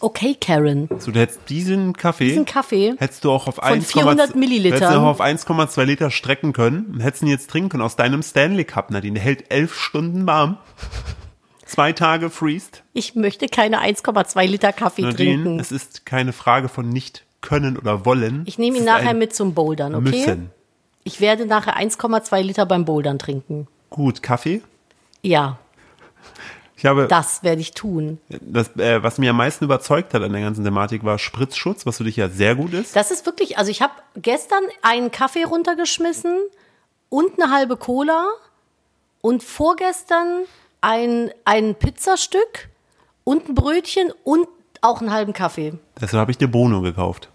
Speaker 2: Okay, Karen.
Speaker 1: So, du hättest diesen Kaffee,
Speaker 2: Diesen Kaffee
Speaker 1: hättest du auch auf
Speaker 2: 400 Millilitern.
Speaker 1: hättest du auch auf 1,2 Liter strecken können und hättest ihn jetzt trinken können aus deinem Stanley Cup, Nadine. Der hält elf Stunden warm. Zwei Tage freest.
Speaker 2: Ich möchte keine 1,2 Liter Kaffee
Speaker 1: Nadine,
Speaker 2: trinken.
Speaker 1: es ist keine Frage von nicht können oder wollen.
Speaker 2: Ich nehme
Speaker 1: Es
Speaker 2: ihn
Speaker 1: ist
Speaker 2: nachher
Speaker 1: ein
Speaker 2: mit zum Bouldern, okay?
Speaker 1: Müssen.
Speaker 2: Ich werde nachher 1,2 Liter beim Bouldern trinken.
Speaker 1: Gut, Kaffee.
Speaker 2: Ja,
Speaker 1: Ich habe
Speaker 2: das werde ich tun.
Speaker 1: das, äh, was mir am meisten überzeugt hat an der ganzen Thematik war Spritzschutz, was für dich ja sehr gut ist.
Speaker 2: Das ist wirklich, also ich habe gestern einen Kaffee runtergeschmissen und eine halbe Cola und vorgestern ein, ein Pizzastück und ein Brötchen und auch einen halben Kaffee.
Speaker 1: Deshalb habe ich dir Bono gekauft.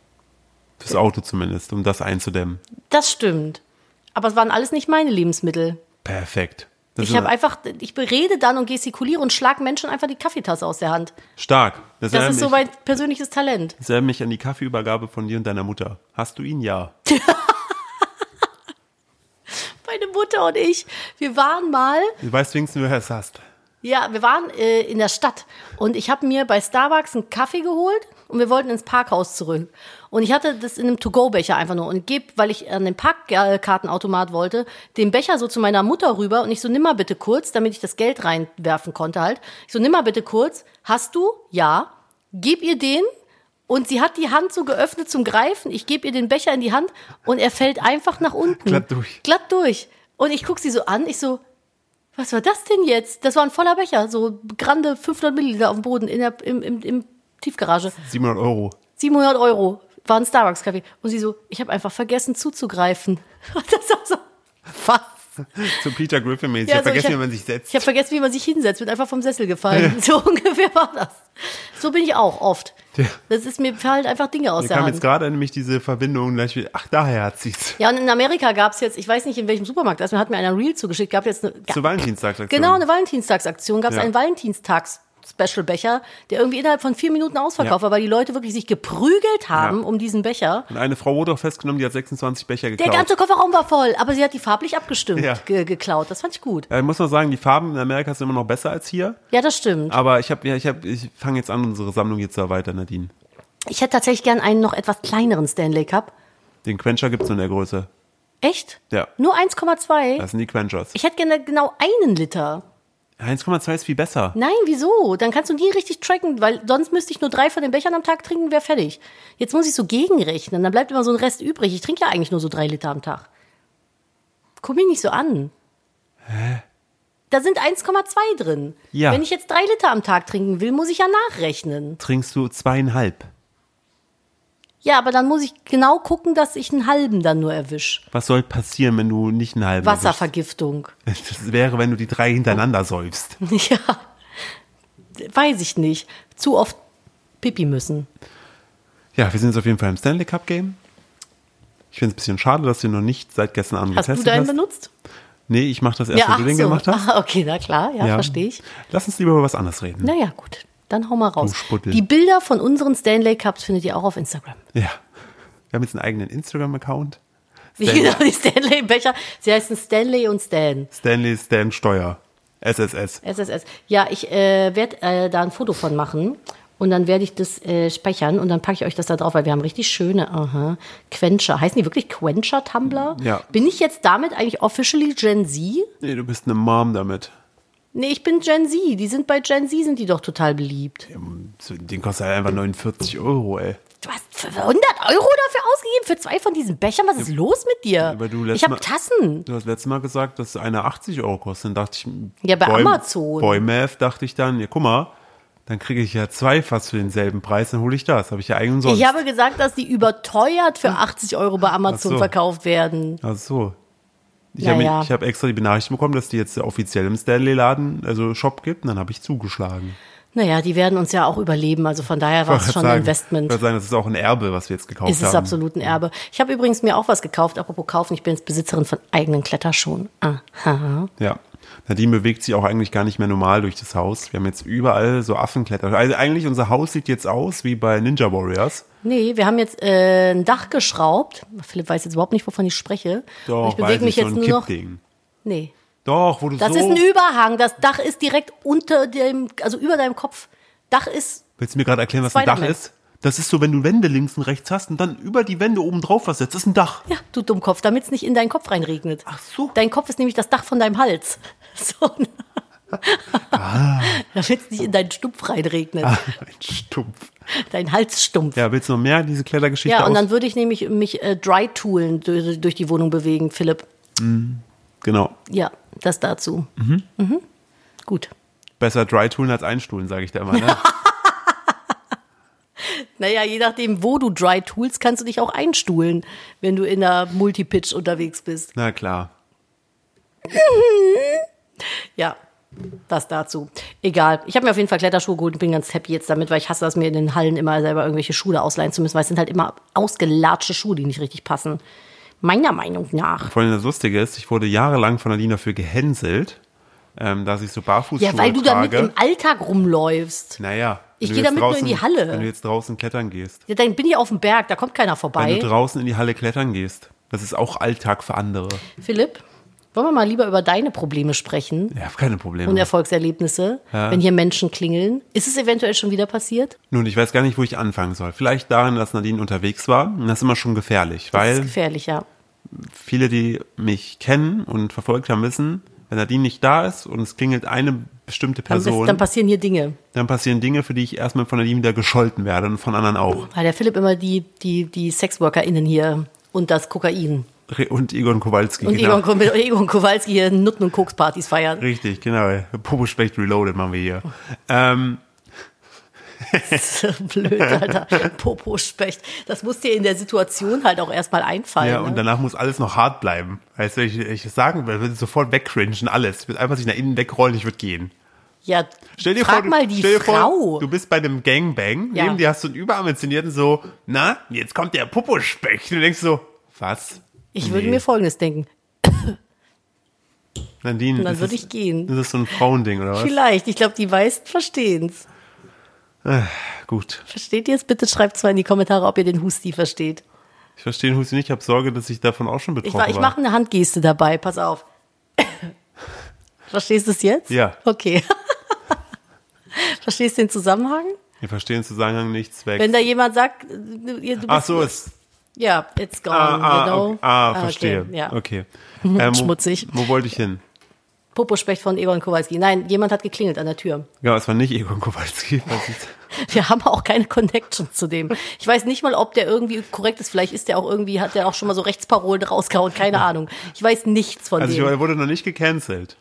Speaker 1: Fürs Auto zumindest, um das einzudämmen.
Speaker 2: Das stimmt. Aber es waren alles nicht meine Lebensmittel.
Speaker 1: Perfekt. Das
Speaker 2: Ich habe
Speaker 1: ist
Speaker 2: einfach, ich berede dann und gestikuliere und schlage Menschen einfach die Kaffeetasse aus der Hand.
Speaker 1: stark. Das,
Speaker 2: Das
Speaker 1: erinnert
Speaker 2: ist so
Speaker 1: mich-
Speaker 2: mein persönliches Talent.
Speaker 1: das erinnert mich an die Kaffeeübergabe von dir und deiner Mutter. Hast du ihn? Ja.
Speaker 2: Meine Mutter und ich, wir waren mal,
Speaker 1: Du weißt wenigstens, wer es hast.
Speaker 2: ja, wir waren äh, in der Stadt und ich habe mir bei Starbucks einen Kaffee geholt und wir wollten ins Parkhaus zurück. Und ich hatte das in einem To-Go-Becher einfach nur und gebe, weil ich an den Parkkartenautomat wollte, den Becher so zu meiner Mutter rüber und ich so, nimm mal bitte kurz, damit ich das Geld reinwerfen konnte halt. Ich so, nimm mal bitte kurz, hast du? Ja. Gib ihr den und sie hat die Hand so geöffnet zum Greifen. Ich gebe ihr den Becher in die Hand und er fällt einfach nach unten.
Speaker 1: Glatt durch.
Speaker 2: Glatt durch. Und ich gucke sie so an, ich so, was war das denn jetzt? Das war ein voller Becher, so grande 500 Milliliter auf dem Boden in der, im, im, im Tiefgarage.
Speaker 1: 700 Euro.
Speaker 2: 700 Euro war ein Starbucks-Kaffee. Und sie so, ich habe einfach vergessen zuzugreifen. <laughs> Und das war so, was?
Speaker 1: Zu Peter Griffin mäßig.
Speaker 2: Ja,
Speaker 1: ich habe
Speaker 2: so,
Speaker 1: vergessen,
Speaker 2: ich hab-
Speaker 1: wie man sich setzt.
Speaker 2: Ich habe vergessen, wie man sich hinsetzt, bin einfach vom Sessel gefallen. <laughs> So ungefähr war das. So bin ich auch oft. Das ist mir fallen einfach Dinge aus
Speaker 1: Mir
Speaker 2: der
Speaker 1: kam
Speaker 2: Hand.
Speaker 1: jetzt gerade nämlich diese Verbindung, da ich mir- ach, daher hat sie's.
Speaker 2: Ja, und in Amerika gab's jetzt, ich weiß nicht in welchem Supermarkt, also hat mir einer ein Reel zugeschickt, gab jetzt eine,
Speaker 1: Zur Valentinstagsaktion.
Speaker 2: genau eine Valentinstagsaktion, gab's
Speaker 1: Ja.
Speaker 2: einen Valentinstags. Special-Becher, der irgendwie innerhalb von vier Minuten ausverkauft
Speaker 1: Ja.
Speaker 2: war, weil die Leute wirklich sich geprügelt haben
Speaker 1: Ja.
Speaker 2: um diesen Becher.
Speaker 1: Und eine Frau wurde auch festgenommen, die hat 26 Becher
Speaker 2: Der
Speaker 1: geklaut.
Speaker 2: ganze Kofferraum war voll, aber sie hat die farblich abgestimmt,
Speaker 1: Ja.
Speaker 2: ge geklaut. Das fand ich gut.
Speaker 1: ja, Äh, ich muss mal sagen, die Farben in Amerika sind immer noch besser als hier.
Speaker 2: Ja, das stimmt.
Speaker 1: Aber ich habe, ja, ich habe, ich fange jetzt an, unsere Sammlung hier zu erweitern, Nadine.
Speaker 2: Ich hätte tatsächlich gern einen noch etwas kleineren Stanley Cup.
Speaker 1: Den Quencher gibt's nur in der Größe.
Speaker 2: Echt?
Speaker 1: Ja.
Speaker 2: Nur 1,2?
Speaker 1: Das sind die Quenchers.
Speaker 2: Ich hätte gerne genau einen Liter.
Speaker 1: 1,2 ist viel besser.
Speaker 2: Nein, wieso? Dann kannst du nie richtig tracken, weil sonst müsste ich nur drei von den Bechern am Tag trinken, wäre fertig. Jetzt muss ich so gegenrechnen, dann bleibt immer so ein Rest übrig. Ich trinke ja eigentlich nur so drei Liter am Tag. Guck mich nicht so an. Hä? Da sind 1,2 drin.
Speaker 1: Ja.
Speaker 2: Wenn ich jetzt drei Liter am Tag trinken will, muss ich ja nachrechnen.
Speaker 1: Trinkst du zweieinhalb.
Speaker 2: Ja, aber dann muss ich genau gucken, dass ich einen halben dann nur erwische.
Speaker 1: Was soll passieren, wenn du nicht einen halben
Speaker 2: Wasservergiftung. <laughs>
Speaker 1: erwischst? Das wäre, wenn du die drei hintereinander säufst.
Speaker 2: Ja. Weiß ich nicht. Zu oft pipi müssen.
Speaker 1: Ja, wir sind jetzt auf jeden Fall im Stanley Cup Game. Ich finde es ein bisschen schade, dass du ihn noch nicht seit gestern Abend
Speaker 2: Hast du
Speaker 1: getestet
Speaker 2: deinen
Speaker 1: hast.
Speaker 2: benutzt?
Speaker 1: Nee, ich mache das erst, wenn du den gemacht hast.
Speaker 2: <laughs> Ah, okay, na klar, ja, verstehe ich. Ne?
Speaker 1: Lass uns lieber über was anderes reden.
Speaker 2: Naja, gut. Dann hau mal raus.
Speaker 1: Du Sputtel.
Speaker 2: Die Bilder von unseren Stanley Cups findet ihr auch auf Instagram.
Speaker 1: Ja. Wir haben jetzt einen eigenen Instagram-Account.
Speaker 2: Wie
Speaker 1: Stanley.
Speaker 2: genau die Stanley Becher. Sie heißen Stanley und Stan.
Speaker 1: Stanley Stan Steuer. SSS.
Speaker 2: SSS. Ja, ich äh, werde äh, da ein Foto von machen und dann werde ich das äh, speichern und dann packe ich euch das da drauf, weil wir haben richtig schöne aha, Quencher. Heißen die wirklich Quencher Tumblr?
Speaker 1: Ja.
Speaker 2: Bin ich jetzt damit eigentlich officially Gen Z?
Speaker 1: Nee, du bist eine Mom damit.
Speaker 2: Nee, ich bin Gen Z. Die sind bei Gen Z sind die doch total beliebt.
Speaker 1: Den kostet halt einfach 49 Euro, ey.
Speaker 2: Du hast für 100 Euro dafür ausgegeben für zwei von diesen Bechern. Was ist los mit dir?
Speaker 1: Aber du lässt
Speaker 2: ich habe
Speaker 1: mal-
Speaker 2: Tassen.
Speaker 1: Du hast letztes Mal gesagt, dass einer 80 Euro kostet. Dann dachte ich,
Speaker 2: Ja, bei Amazon.
Speaker 1: Boy Math dachte ich dann, ja, guck mal, dann kriege ich ja zwei fast für denselben Preis, dann hole ich das. Habe ich ja eigentlich umsonst.
Speaker 2: Ich habe gesagt, dass die überteuert für 80 Euro bei Amazon
Speaker 1: Hm. Ach so.
Speaker 2: verkauft werden.
Speaker 1: Ach so. Ich
Speaker 2: Naja.
Speaker 1: habe ich habe extra die Benachrichtigung bekommen, dass die jetzt offiziell im Stanley-Laden, also Shop gibt, und dann habe ich zugeschlagen.
Speaker 2: Naja, die werden uns ja auch überleben. Also von daher
Speaker 1: <laughs>
Speaker 2: war es schon ein
Speaker 1: Ich
Speaker 2: Investment.
Speaker 1: würde sagen, das ist auch ein Erbe, was wir jetzt gekauft
Speaker 2: Ist
Speaker 1: haben.
Speaker 2: es absolut ein Erbe. Ich habe übrigens mir auch was gekauft. Apropos kaufen, ich bin jetzt Besitzerin von eigenen Kletterschuhen. Aha.
Speaker 1: Ja. Nadine bewegt sich auch eigentlich gar nicht mehr normal durch das Haus. Wir haben jetzt überall so Affenkletter. Also eigentlich unser Haus sieht jetzt aus wie bei Ninja Warriors.
Speaker 2: Nee, wir haben jetzt äh, ein Dach geschraubt. Philipp weiß jetzt überhaupt nicht, wovon ich spreche. Und ich bewege
Speaker 1: weiß
Speaker 2: mich
Speaker 1: ich,
Speaker 2: jetzt
Speaker 1: so ein
Speaker 2: nur noch.
Speaker 1: Kippding.
Speaker 2: Nee.
Speaker 1: Doch, wo du
Speaker 2: Das
Speaker 1: so.
Speaker 2: ist ein Überhang. Das Dach ist direkt unter dem, also über deinem Kopf. Dach ist.
Speaker 1: Willst du mir gerade erklären, was ein Dach
Speaker 2: Spider-Man.
Speaker 1: ist? Das ist so, wenn du Wände links und rechts hast und dann über die Wände oben drauf was setzt. Das ist ein Dach.
Speaker 2: Ja, du Dummkopf, damit es nicht in deinen Kopf reinregnet.
Speaker 1: Ach so.
Speaker 2: Dein Kopf ist nämlich das Dach von deinem Hals. <laughs> So. Damit es nicht in deinen Stumpf reinregnet.
Speaker 1: Ah, <laughs> ein Stumpf.
Speaker 2: Dein Halsstumpf.
Speaker 1: Ja, willst du noch mehr diese Klettergeschichte
Speaker 2: Ja, und
Speaker 1: aus-
Speaker 2: dann würde ich nämlich mich äh, dry-toolen durch, durch die Wohnung bewegen, Philipp.
Speaker 1: Genau.
Speaker 2: Ja, das dazu. Mhm. Gut.
Speaker 1: Besser dry toolen als einstuhlen, sage ich da immer. Ne?
Speaker 2: Naja, je nachdem, wo du dry-toolst, kannst du dich auch einstuhlen, wenn du in der Multipitch unterwegs bist.
Speaker 1: Na klar.
Speaker 2: Ja, das dazu. Egal. Ich habe mir auf jeden Fall Kletterschuhe geholt und bin ganz happy jetzt damit, weil ich hasse das, mir in den Hallen immer selber irgendwelche Schuhe ausleihen zu müssen, weil es sind halt immer ausgelatschte Schuhe, die nicht richtig passen. Meiner Meinung nach.
Speaker 1: Vor allem das Lustige ist, ich wurde jahrelang von Nadine dafür gehänselt, ähm, dass ich so Barfußschuhe
Speaker 2: Ja, weil du damit
Speaker 1: trage.
Speaker 2: im Alltag rumläufst.
Speaker 1: naja. wenn
Speaker 2: Ich
Speaker 1: du
Speaker 2: geh
Speaker 1: jetzt
Speaker 2: damit nur in die Halle.
Speaker 1: Wenn du jetzt draußen klettern gehst.
Speaker 2: Ja, dann bin ich auf dem Berg, da kommt keiner vorbei.
Speaker 1: Wenn du draußen in die Halle klettern gehst. Das ist auch Alltag für andere.
Speaker 2: Philipp, wollen wir mal lieber über deine Probleme sprechen
Speaker 1: Ja, keine Probleme.
Speaker 2: und Erfolgserlebnisse,
Speaker 1: Ja.
Speaker 2: wenn hier Menschen klingeln? Ist es eventuell schon wieder passiert?
Speaker 1: Nun, ich weiß gar nicht, wo ich anfangen soll. Vielleicht daran, dass Nadine unterwegs war. Und Das ist immer schon gefährlich,
Speaker 2: Das ist
Speaker 1: weil
Speaker 2: gefährlich, ja.
Speaker 1: viele, die mich kennen und verfolgt haben, wissen, wenn Nadine nicht da ist und es klingelt eine bestimmte
Speaker 2: Dann,
Speaker 1: Person,
Speaker 2: bist, dann passieren hier Dinge.
Speaker 1: dann passieren Dinge, für die ich erstmal von Nadine wieder gescholten werde und von anderen auch.
Speaker 2: Weil der Philipp immer die, die, die SexworkerInnen hier und das Kokain
Speaker 1: Re- Und Egon Kowalski,
Speaker 2: und
Speaker 1: genau.
Speaker 2: Egon, Ko- mit Egon Kowalski hier Nutten- und Kokspartys
Speaker 1: <laughs>
Speaker 2: feiern.
Speaker 1: Richtig, genau. Probospecht Reloaded machen wir hier. Ähm,
Speaker 2: Das ist so blöd, Alter. Popo-Specht. Das muss dir in der Situation halt auch erstmal einfallen.
Speaker 1: ja,
Speaker 2: ne?
Speaker 1: und danach muss alles noch hart bleiben. Weißt du, wenn ich, ich es sagen würde, würde ich sofort wegcringen, alles. Ich würde einfach sich nach innen wegrollen, ich würde gehen.
Speaker 2: ja
Speaker 1: Stell dir
Speaker 2: frag
Speaker 1: vor, du,
Speaker 2: mal die
Speaker 1: stell dir
Speaker 2: Frau.
Speaker 1: Vor, du bist bei einem Gangbang,
Speaker 2: Ja.
Speaker 1: neben dir hast du einen überambitionierten so, na, jetzt kommt der Popospecht. Und du denkst so, was?
Speaker 2: ich würde mir Folgendes denken.
Speaker 1: Nadine,
Speaker 2: Und dann
Speaker 1: das
Speaker 2: würde
Speaker 1: ist-
Speaker 2: ich gehen.
Speaker 1: Das ist so ein Frauending, oder was?
Speaker 2: Vielleicht. Ich glaube, die meisten verstehen's.
Speaker 1: Gut.
Speaker 2: Versteht ihr es? Bitte schreibt es mal in die Kommentare, ob ihr den Husti versteht.
Speaker 1: Ich verstehe Husi nicht, ich habe Sorge, dass ich davon auch schon betroffen
Speaker 2: Ich, ma- ich
Speaker 1: war.
Speaker 2: mache eine Handgeste dabei, pass auf. <coughs> Verstehst du es jetzt?
Speaker 1: Ja.
Speaker 2: Okay. <laughs> Verstehst du den Zusammenhang?
Speaker 1: Wir verstehen Zusammenhang nichts weg.
Speaker 2: Wenn da jemand sagt, äh, ihr- du bist,
Speaker 1: Ach so, es,
Speaker 2: ja, it's gone,
Speaker 1: ah, ah,
Speaker 2: you know.
Speaker 1: okay, ah, verstehe.
Speaker 2: Okay,
Speaker 1: Okay.
Speaker 2: ja. <laughs>
Speaker 1: Ähm, wo-
Speaker 2: Schmutzig.
Speaker 1: Wo wollte ich hin?
Speaker 2: Popospecht von Egon Kowalski. Nein, jemand hat geklingelt an der Tür. <laughs>
Speaker 1: Ja, es war nicht Egon Kowalski. Was ist-
Speaker 2: Wir haben auch keine Connection zu dem. Ich weiß nicht mal, ob der irgendwie korrekt ist. Vielleicht ist der auch irgendwie, hat der auch schon mal so Rechtsparolen rausgehauen. Keine Ahnung. Ich weiß nichts von
Speaker 1: Also ich
Speaker 2: dem.
Speaker 1: wurde noch nicht gecancelt.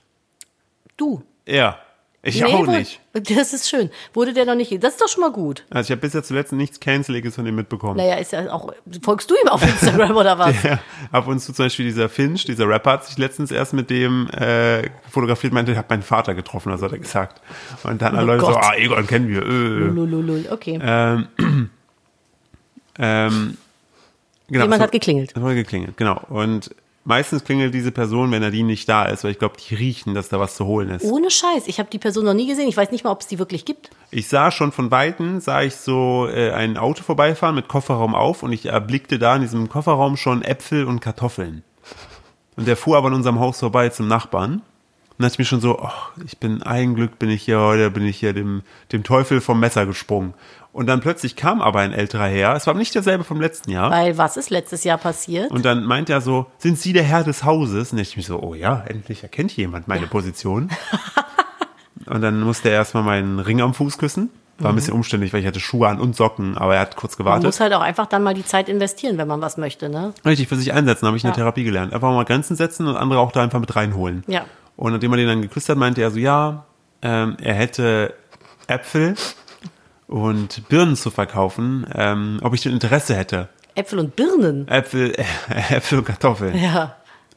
Speaker 2: Du.
Speaker 1: Ja. Ich
Speaker 2: Nee,
Speaker 1: auch
Speaker 2: wohl-
Speaker 1: nicht.
Speaker 2: Das ist schön. Wurde der noch nicht. Das ist doch schon mal gut.
Speaker 1: Also ich habe bis jetzt zuletzt nichts Canceliges von ihm mitbekommen.
Speaker 2: Naja, ist ja auch. Folgst du ihm auf Instagram oder was?
Speaker 1: <laughs> Ja, ab und zu zum Beispiel dieser Finch, dieser Rapper, hat sich letztens erst mit dem äh, fotografiert, meinte, ich habe meinen Vater getroffen, das hat er gesagt. Und dann alle Leute so,
Speaker 2: Oh Gott. Mhm.
Speaker 1: ah, Egon kennen wir. Äh.
Speaker 2: Lululul. Okay.
Speaker 1: Ähm, ähm, Genau,
Speaker 2: Jemand
Speaker 1: so-
Speaker 2: hat geklingelt.
Speaker 1: Hat mal geklingelt, genau. Und meistens klingelt diese Person, wenn Nadine nicht da ist, weil ich glaube, die riechen, dass da was zu holen ist.
Speaker 2: Ohne Scheiß. Ich habe die Person noch nie gesehen. Ich weiß nicht mal, ob es die wirklich gibt.
Speaker 1: Ich sah schon von Weitem, sah ich so äh, ein Auto vorbeifahren mit Kofferraum auf und ich erblickte da in diesem Kofferraum schon Äpfel und Kartoffeln. Und der fuhr aber an unserem Haus vorbei zum Nachbarn. Und dachte ich mir schon so, ach, ich bin, ein Glück bin ich hier heute, bin ich hier dem, dem Teufel vom Messer gesprungen. Und dann plötzlich kam aber ein älterer her, es war nicht derselbe vom letzten Jahr.
Speaker 2: Weil was ist letztes Jahr passiert?
Speaker 1: Und dann meint er so, sind Sie der Herr des Hauses? Und ich mich so, oh ja, endlich erkennt jemand meine
Speaker 2: <laughs>
Speaker 1: Position. und dann musste er erstmal meinen Ring am Fuß küssen. War ein bisschen umständlich, weil ich hatte Schuhe an und Socken, aber er hat kurz
Speaker 2: Mhm. Man muss
Speaker 1: gewartet.
Speaker 2: halt auch einfach dann mal die Zeit investieren, wenn man was möchte, ne?
Speaker 1: Richtig, für sich einsetzen, habe ich in der
Speaker 2: Ja.
Speaker 1: Therapie gelernt. Einfach mal Grenzen setzen und andere auch da einfach mit reinholen.
Speaker 2: Ja.
Speaker 1: Und nachdem er den dann geküsst hat, meinte er so, ja, ähm, er hätte Äpfel und Birnen zu verkaufen, ähm, ob ich denn Interesse hätte.
Speaker 2: Äpfel und Birnen.
Speaker 1: Äpfel, <laughs> Äpfel und Kartoffeln.
Speaker 2: Ja.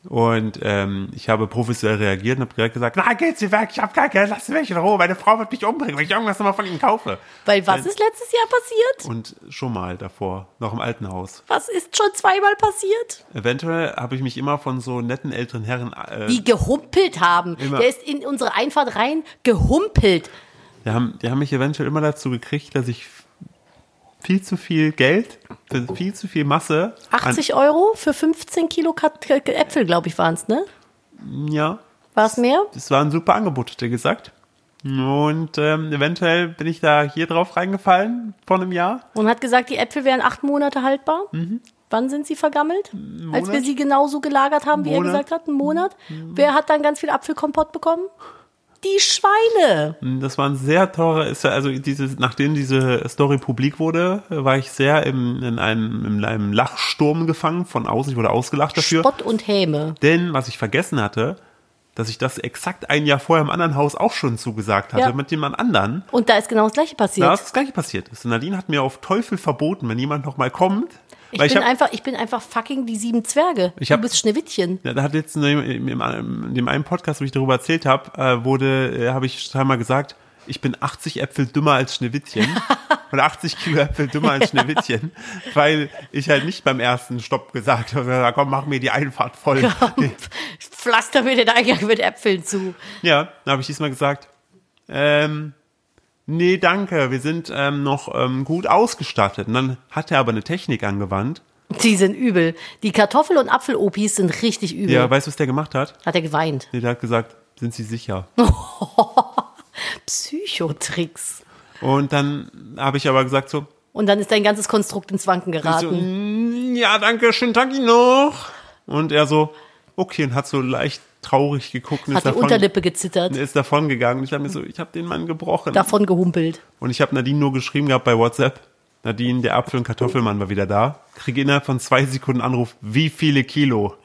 Speaker 1: Und ähm, ich habe professionell reagiert und habe direkt gesagt, na geht's hier weg, ich habe kein Geld, lass mich in Ruhe, meine Frau wird mich umbringen, wenn ich irgendwas nochmal von Ihnen kaufe.
Speaker 2: Weil
Speaker 1: Äh.
Speaker 2: was ist letztes Jahr passiert?
Speaker 1: Und schon mal davor, noch im alten Haus.
Speaker 2: Was ist schon zweimal passiert?
Speaker 1: Eventuell habe ich mich immer von so netten älteren Herren, äh,
Speaker 2: Die gehumpelt haben.
Speaker 1: Immer.
Speaker 2: Der ist in unsere Einfahrt rein gehumpelt.
Speaker 1: die, haben, die haben mich eventuell immer dazu gekriegt, dass ich viel zu viel Geld für viel zu viel Masse
Speaker 2: 80 Euro für 15 Kilo Kat K- K- Äpfel, glaube ich, waren es, ne?
Speaker 1: an, ja,
Speaker 2: War es mehr?
Speaker 1: es war ein super Angebot, hat er gesagt. Und ähm, eventuell bin ich da hier drauf reingefallen vor einem Jahr.
Speaker 2: Und hat gesagt, die Äpfel wären acht Monate haltbar.
Speaker 1: Mhm.
Speaker 2: Wann sind sie vergammelt? Als wir sie genauso gelagert haben, wie er
Speaker 1: Monat. Mhm.
Speaker 2: gesagt hat, einen Monat. Wer hat dann ganz viel Apfelkompott bekommen? Die Schweine.
Speaker 1: Das war ein sehr teurer, ist ja- also dieses, nachdem diese Story publik wurde, war ich sehr im, in, einem, in einem Lachsturm gefangen von außen. Ich wurde ausgelacht dafür.
Speaker 2: Spott und Häme.
Speaker 1: Denn was ich vergessen hatte, dass ich das exakt ein Jahr vorher im anderen Haus auch schon zugesagt hatte
Speaker 2: Ja.
Speaker 1: mit jemand anderen.
Speaker 2: Und da ist genau das gleiche passiert.
Speaker 1: Da ist das gleiche passiert. So, Nadine hat mir auf Teufel verboten, wenn jemand nochmal kommt.
Speaker 2: ich,
Speaker 1: weil
Speaker 2: bin
Speaker 1: ich hab,
Speaker 2: einfach, ich bin einfach fucking die sieben Zwerge.
Speaker 1: Ich
Speaker 2: du
Speaker 1: hab-
Speaker 2: bist
Speaker 1: <laughs>
Speaker 2: Schneewittchen.
Speaker 1: Ja, da hat jetzt in dem, in dem einen Podcast, wo ich darüber erzählt habe, äh, wurde, äh, habe ich scheinbar gesagt, ich bin 80 Äpfel dümmer als Schneewittchen. Oder 80 Kilo Äpfel dümmer als Schneewittchen. Weil ich halt nicht beim ersten Stopp gesagt habe, "Na komm, mach mir die Einfahrt voll.
Speaker 2: <laughs> Pflaster mir den Eingang mit Äpfeln zu.
Speaker 1: <laughs> ja, dann habe ich diesmal gesagt, ähm, nee, danke, wir sind ähm, noch ähm, gut ausgestattet. Und dann hat er aber eine Technik angewandt.
Speaker 2: Die sind übel. Die Kartoffel- und Apfelopis sind richtig übel.
Speaker 1: Ja, weißt du, was der gemacht hat?
Speaker 2: Hat er geweint. <laughs>
Speaker 1: Nee, der hat gesagt, sind Sie sicher?
Speaker 2: Psychotricks.
Speaker 1: Und dann habe ich aber gesagt so,
Speaker 2: Und dann ist dein ganzes Konstrukt ins Wanken
Speaker 1: So,
Speaker 2: geraten.
Speaker 1: "Mm, ja, danke, schönen Tag Ihnen noch. Und er so, okay, und hat so leicht traurig geguckt und
Speaker 2: Hat
Speaker 1: ist
Speaker 2: die
Speaker 1: davon,
Speaker 2: Unterlippe gezittert,
Speaker 1: ist davon gegangen. Ich habe mir so, ich habe den Mann gebrochen.
Speaker 2: davon gehumpelt.
Speaker 1: Und ich habe Nadine nur geschrieben gehabt bei WhatsApp. Nadine, der Apfel- und Kartoffelmann war wieder da. Kriege innerhalb von zwei Sekunden Anruf, wie viele
Speaker 2: <laughs>
Speaker 1: Kilo?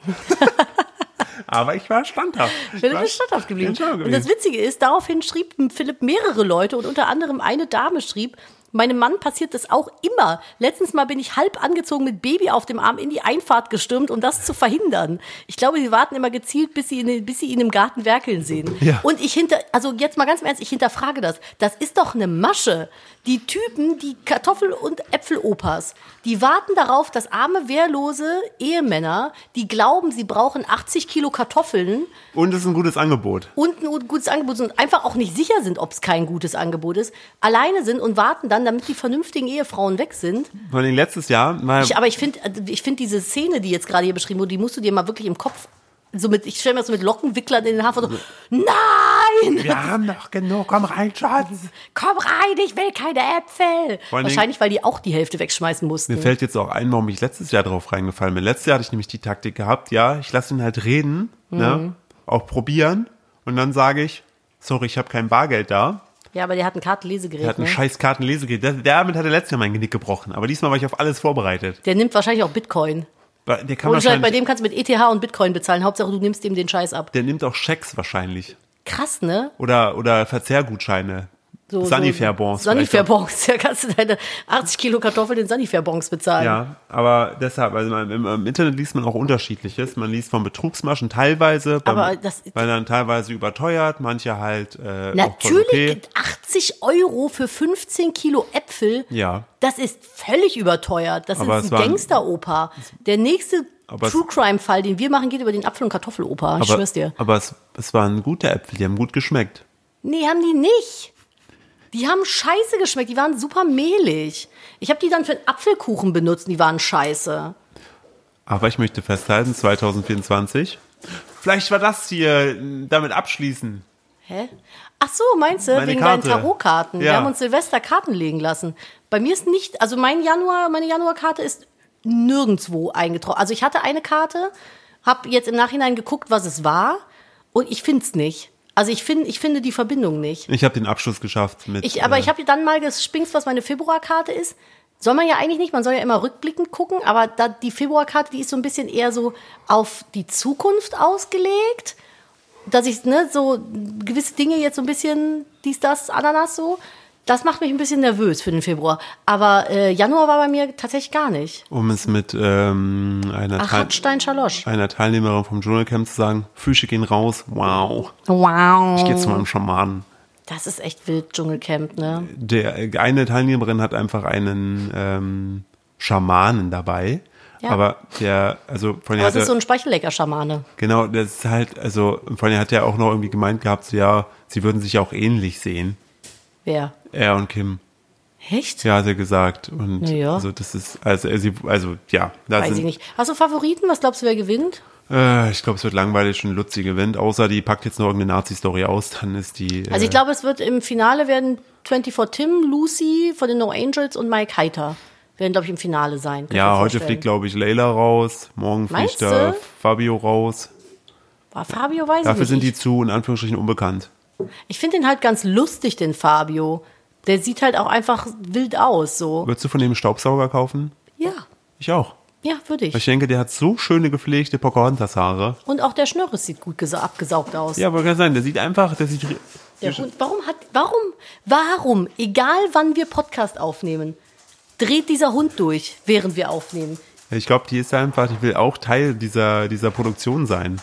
Speaker 1: Aber ich war standhaft.
Speaker 2: Ich bin
Speaker 1: war-
Speaker 2: in statthaft geblieben.
Speaker 1: bin standhaft
Speaker 2: Und das Witzige ist, daraufhin schrieb Philipp mehrere Leute und unter anderem eine Dame schrieb, meinem Mann passiert das auch immer. Letztens mal bin ich halb angezogen mit Baby auf dem Arm in die Einfahrt gestürmt, um das zu verhindern. Ich glaube, sie warten immer gezielt, bis sie ihn, bis sie ihn im Garten werkeln sehen.
Speaker 1: Ja.
Speaker 2: Und ich hinter, also jetzt mal ganz im ernst, ich hinterfrage das. Das ist doch eine Masche. Die Typen, die Kartoffel- und Äpfelopas, die warten darauf, dass arme, wehrlose Ehemänner, die glauben, sie brauchen 80 Kilo Kartoffeln,
Speaker 1: Und es ist ein gutes Angebot.
Speaker 2: und ein gutes Angebot sind und einfach auch nicht sicher sind, ob es kein gutes Angebot ist, alleine sind und warten dann, damit die vernünftigen Ehefrauen weg sind.
Speaker 1: Vor allem letztes Jahr war
Speaker 2: Ich, aber ich finde ich find diese Szene, die jetzt gerade hier beschrieben wurde, die musst du dir mal wirklich im Kopf. So mit, ich stelle mir das so mit Lockenwicklern in den Haaren vor, so, nein!
Speaker 1: wir haben noch genug, komm rein, Schatz.
Speaker 2: Komm rein, ich will keine Äpfel!
Speaker 1: Vor allen
Speaker 2: Wahrscheinlich, weil die auch die Hälfte wegschmeißen
Speaker 1: Mir
Speaker 2: mussten.
Speaker 1: fällt jetzt auch ein, warum ich letztes Jahr drauf reingefallen bin. Letztes Jahr hatte ich nämlich die Taktik gehabt, ja, ich lasse ihn halt reden, ne,
Speaker 2: Mhm.
Speaker 1: auch probieren und dann sage ich, sorry, ich habe kein Bargeld da.
Speaker 2: Ja, aber der hat ein
Speaker 1: Er
Speaker 2: Kartenlesegerät.
Speaker 1: hat ein
Speaker 2: Ne?
Speaker 1: scheiß Kartenlesegerät. Das- Damit hat er letztes Jahr mein Genick gebrochen, aber diesmal war ich auf alles vorbereitet.
Speaker 2: Der nimmt wahrscheinlich auch Bitcoin.
Speaker 1: Weil Der kann
Speaker 2: Und halt bei
Speaker 1: wahrscheinlich,
Speaker 2: dem kannst du mit ETH und Bitcoin bezahlen. Hauptsache, du nimmst ihm den Scheiß ab.
Speaker 1: der nimmt auch Schecks wahrscheinlich
Speaker 2: Krass, ne?
Speaker 1: oder oder Verzehrgutscheine.
Speaker 2: So,
Speaker 1: Sanifair-Bonds
Speaker 2: So,
Speaker 1: vielleicht
Speaker 2: Sanifair-Bonds, <laughs> ja, kannst du deine 80 Kilo Kartoffeln in Sanifair-Bonds bezahlen.
Speaker 1: Ja, aber deshalb, also man, im, im Internet liest man auch unterschiedliches. Man liest von Betrugsmaschen teilweise, beim,
Speaker 2: Aber das-
Speaker 1: weil dann teilweise überteuert, manche halt äh, auch voll
Speaker 2: Natürlich
Speaker 1: okay.
Speaker 2: 80 Euro für 15 Kilo Äpfel.
Speaker 1: Ja.
Speaker 2: Das ist völlig überteuert. Das
Speaker 1: Aber es
Speaker 2: ist ein
Speaker 1: waren-
Speaker 2: Gangster-Opa. Der nächste
Speaker 1: Aber es-
Speaker 2: True-Crime-Fall, den wir machen, geht über den Apfel- und Kartoffel-Opa. Ich
Speaker 1: Aber,
Speaker 2: schwör's dir.
Speaker 1: aber es, es waren gute Äpfel, die haben gut geschmeckt.
Speaker 2: Nee, haben die nicht. Die haben scheiße geschmeckt. Die waren super mehlig. Ich habe die dann für einen Apfelkuchen benutzt und die waren scheiße.
Speaker 1: Aber ich möchte festhalten, 2024. Vielleicht war das hier äh, damit abschließen.
Speaker 2: Hä? Ach so, meinst du,
Speaker 1: Meine
Speaker 2: wegen
Speaker 1: Karte.
Speaker 2: deinen Tarotkarten? Wir
Speaker 1: Ja.
Speaker 2: haben uns Silvester Karten legen lassen. Bei mir ist nicht, also mein Januar, meine Januarkarte ist nirgendwo eingetroffen. Also ich hatte eine Karte, habe jetzt im Nachhinein geguckt, was es war und ich find's nicht. Also ich finde ich finde die Verbindung nicht.
Speaker 1: Ich habe den Abschluss geschafft mit.
Speaker 2: Ich, aber
Speaker 1: äh,
Speaker 2: ich habe dann mal gespinkt, was meine Februarkarte ist. Soll man ja eigentlich nicht, man soll ja immer rückblickend gucken, aber da die Februarkarte, die ist so ein bisschen eher so auf die Zukunft ausgelegt, dass ich ne, so gewisse Dinge jetzt so ein bisschen dies, das, Ananas so, das macht mich ein bisschen nervös für den Februar. Aber äh, Januar war bei mir tatsächlich gar nicht.
Speaker 1: um es mit ähm, einer,
Speaker 2: Ach,
Speaker 1: Teil,
Speaker 2: Hartstein Schalosch.
Speaker 1: einer Teilnehmerin vom Journal Camp zu sagen, Füße gehen raus, wow.
Speaker 2: Wow.
Speaker 1: Ich gehe
Speaker 2: Oh.
Speaker 1: zu meinem Schamanen.
Speaker 2: Das ist echt wild, Dschungelcamp, ne?
Speaker 1: der eine Teilnehmerin hat einfach einen ähm, Schamanen dabei.
Speaker 2: Ja.
Speaker 1: Aber der, also von
Speaker 2: Aber es
Speaker 1: hatte,
Speaker 2: ist so ein Speichellecker-Schamane.
Speaker 1: genau, das ist halt, also von hat ja auch noch irgendwie gemeint gehabt, so, ja, sie würden sich auch ähnlich sehen,
Speaker 2: Wer?
Speaker 1: er und Kim.
Speaker 2: Echt?
Speaker 1: Ja, hat er gesagt. Und
Speaker 2: Na ja.
Speaker 1: also das ist, also äh, sie, also ja, da
Speaker 2: Weiß
Speaker 1: sind,
Speaker 2: ich nicht. Hast du Favoriten? Was glaubst du, wer gewinnt?
Speaker 1: Äh, ich glaube, es wird langweilig und Lutzi gewinnt, außer die packt jetzt noch irgendeine Nazi-Story aus, dann ist die. Äh,
Speaker 2: Also ich glaube, es wird im Finale werden 24 Tim, Lucy von den No Angels und Mike Heiter werden, glaube ich, im Finale sein. Kann ich
Speaker 1: ja,
Speaker 2: mir
Speaker 1: heute
Speaker 2: vorstellen.
Speaker 1: fliegt, glaube ich, Leila raus, morgen
Speaker 2: Meinst
Speaker 1: fliegt da
Speaker 2: du?
Speaker 1: Fabio raus.
Speaker 2: Boah, Ah, Fabio weiß
Speaker 1: Dafür
Speaker 2: ich
Speaker 1: sind
Speaker 2: nicht.
Speaker 1: die zu, in Anführungsstrichen, unbekannt.
Speaker 2: ich ich finde den halt ganz lustig, den Fabio. Der sieht halt auch einfach wild aus, so.
Speaker 1: Würdest du von dem Staubsauger kaufen?
Speaker 2: Ja,
Speaker 1: Ich auch.
Speaker 2: ja, würde ich.
Speaker 1: Ich denke, der hat so schöne gepflegte Pocahontas-Haare.
Speaker 2: Und auch der Schnörres sieht gut gesa- abgesaugt aus.
Speaker 1: Ja, aber kann sein, der sieht einfach, der sieht. ri-
Speaker 2: Der Hund, warum hat, warum, warum, egal wann wir Podcast aufnehmen, dreht dieser Hund durch, während wir aufnehmen.
Speaker 1: Ich glaube, die ist einfach, die will auch Teil dieser, dieser Produktion sein.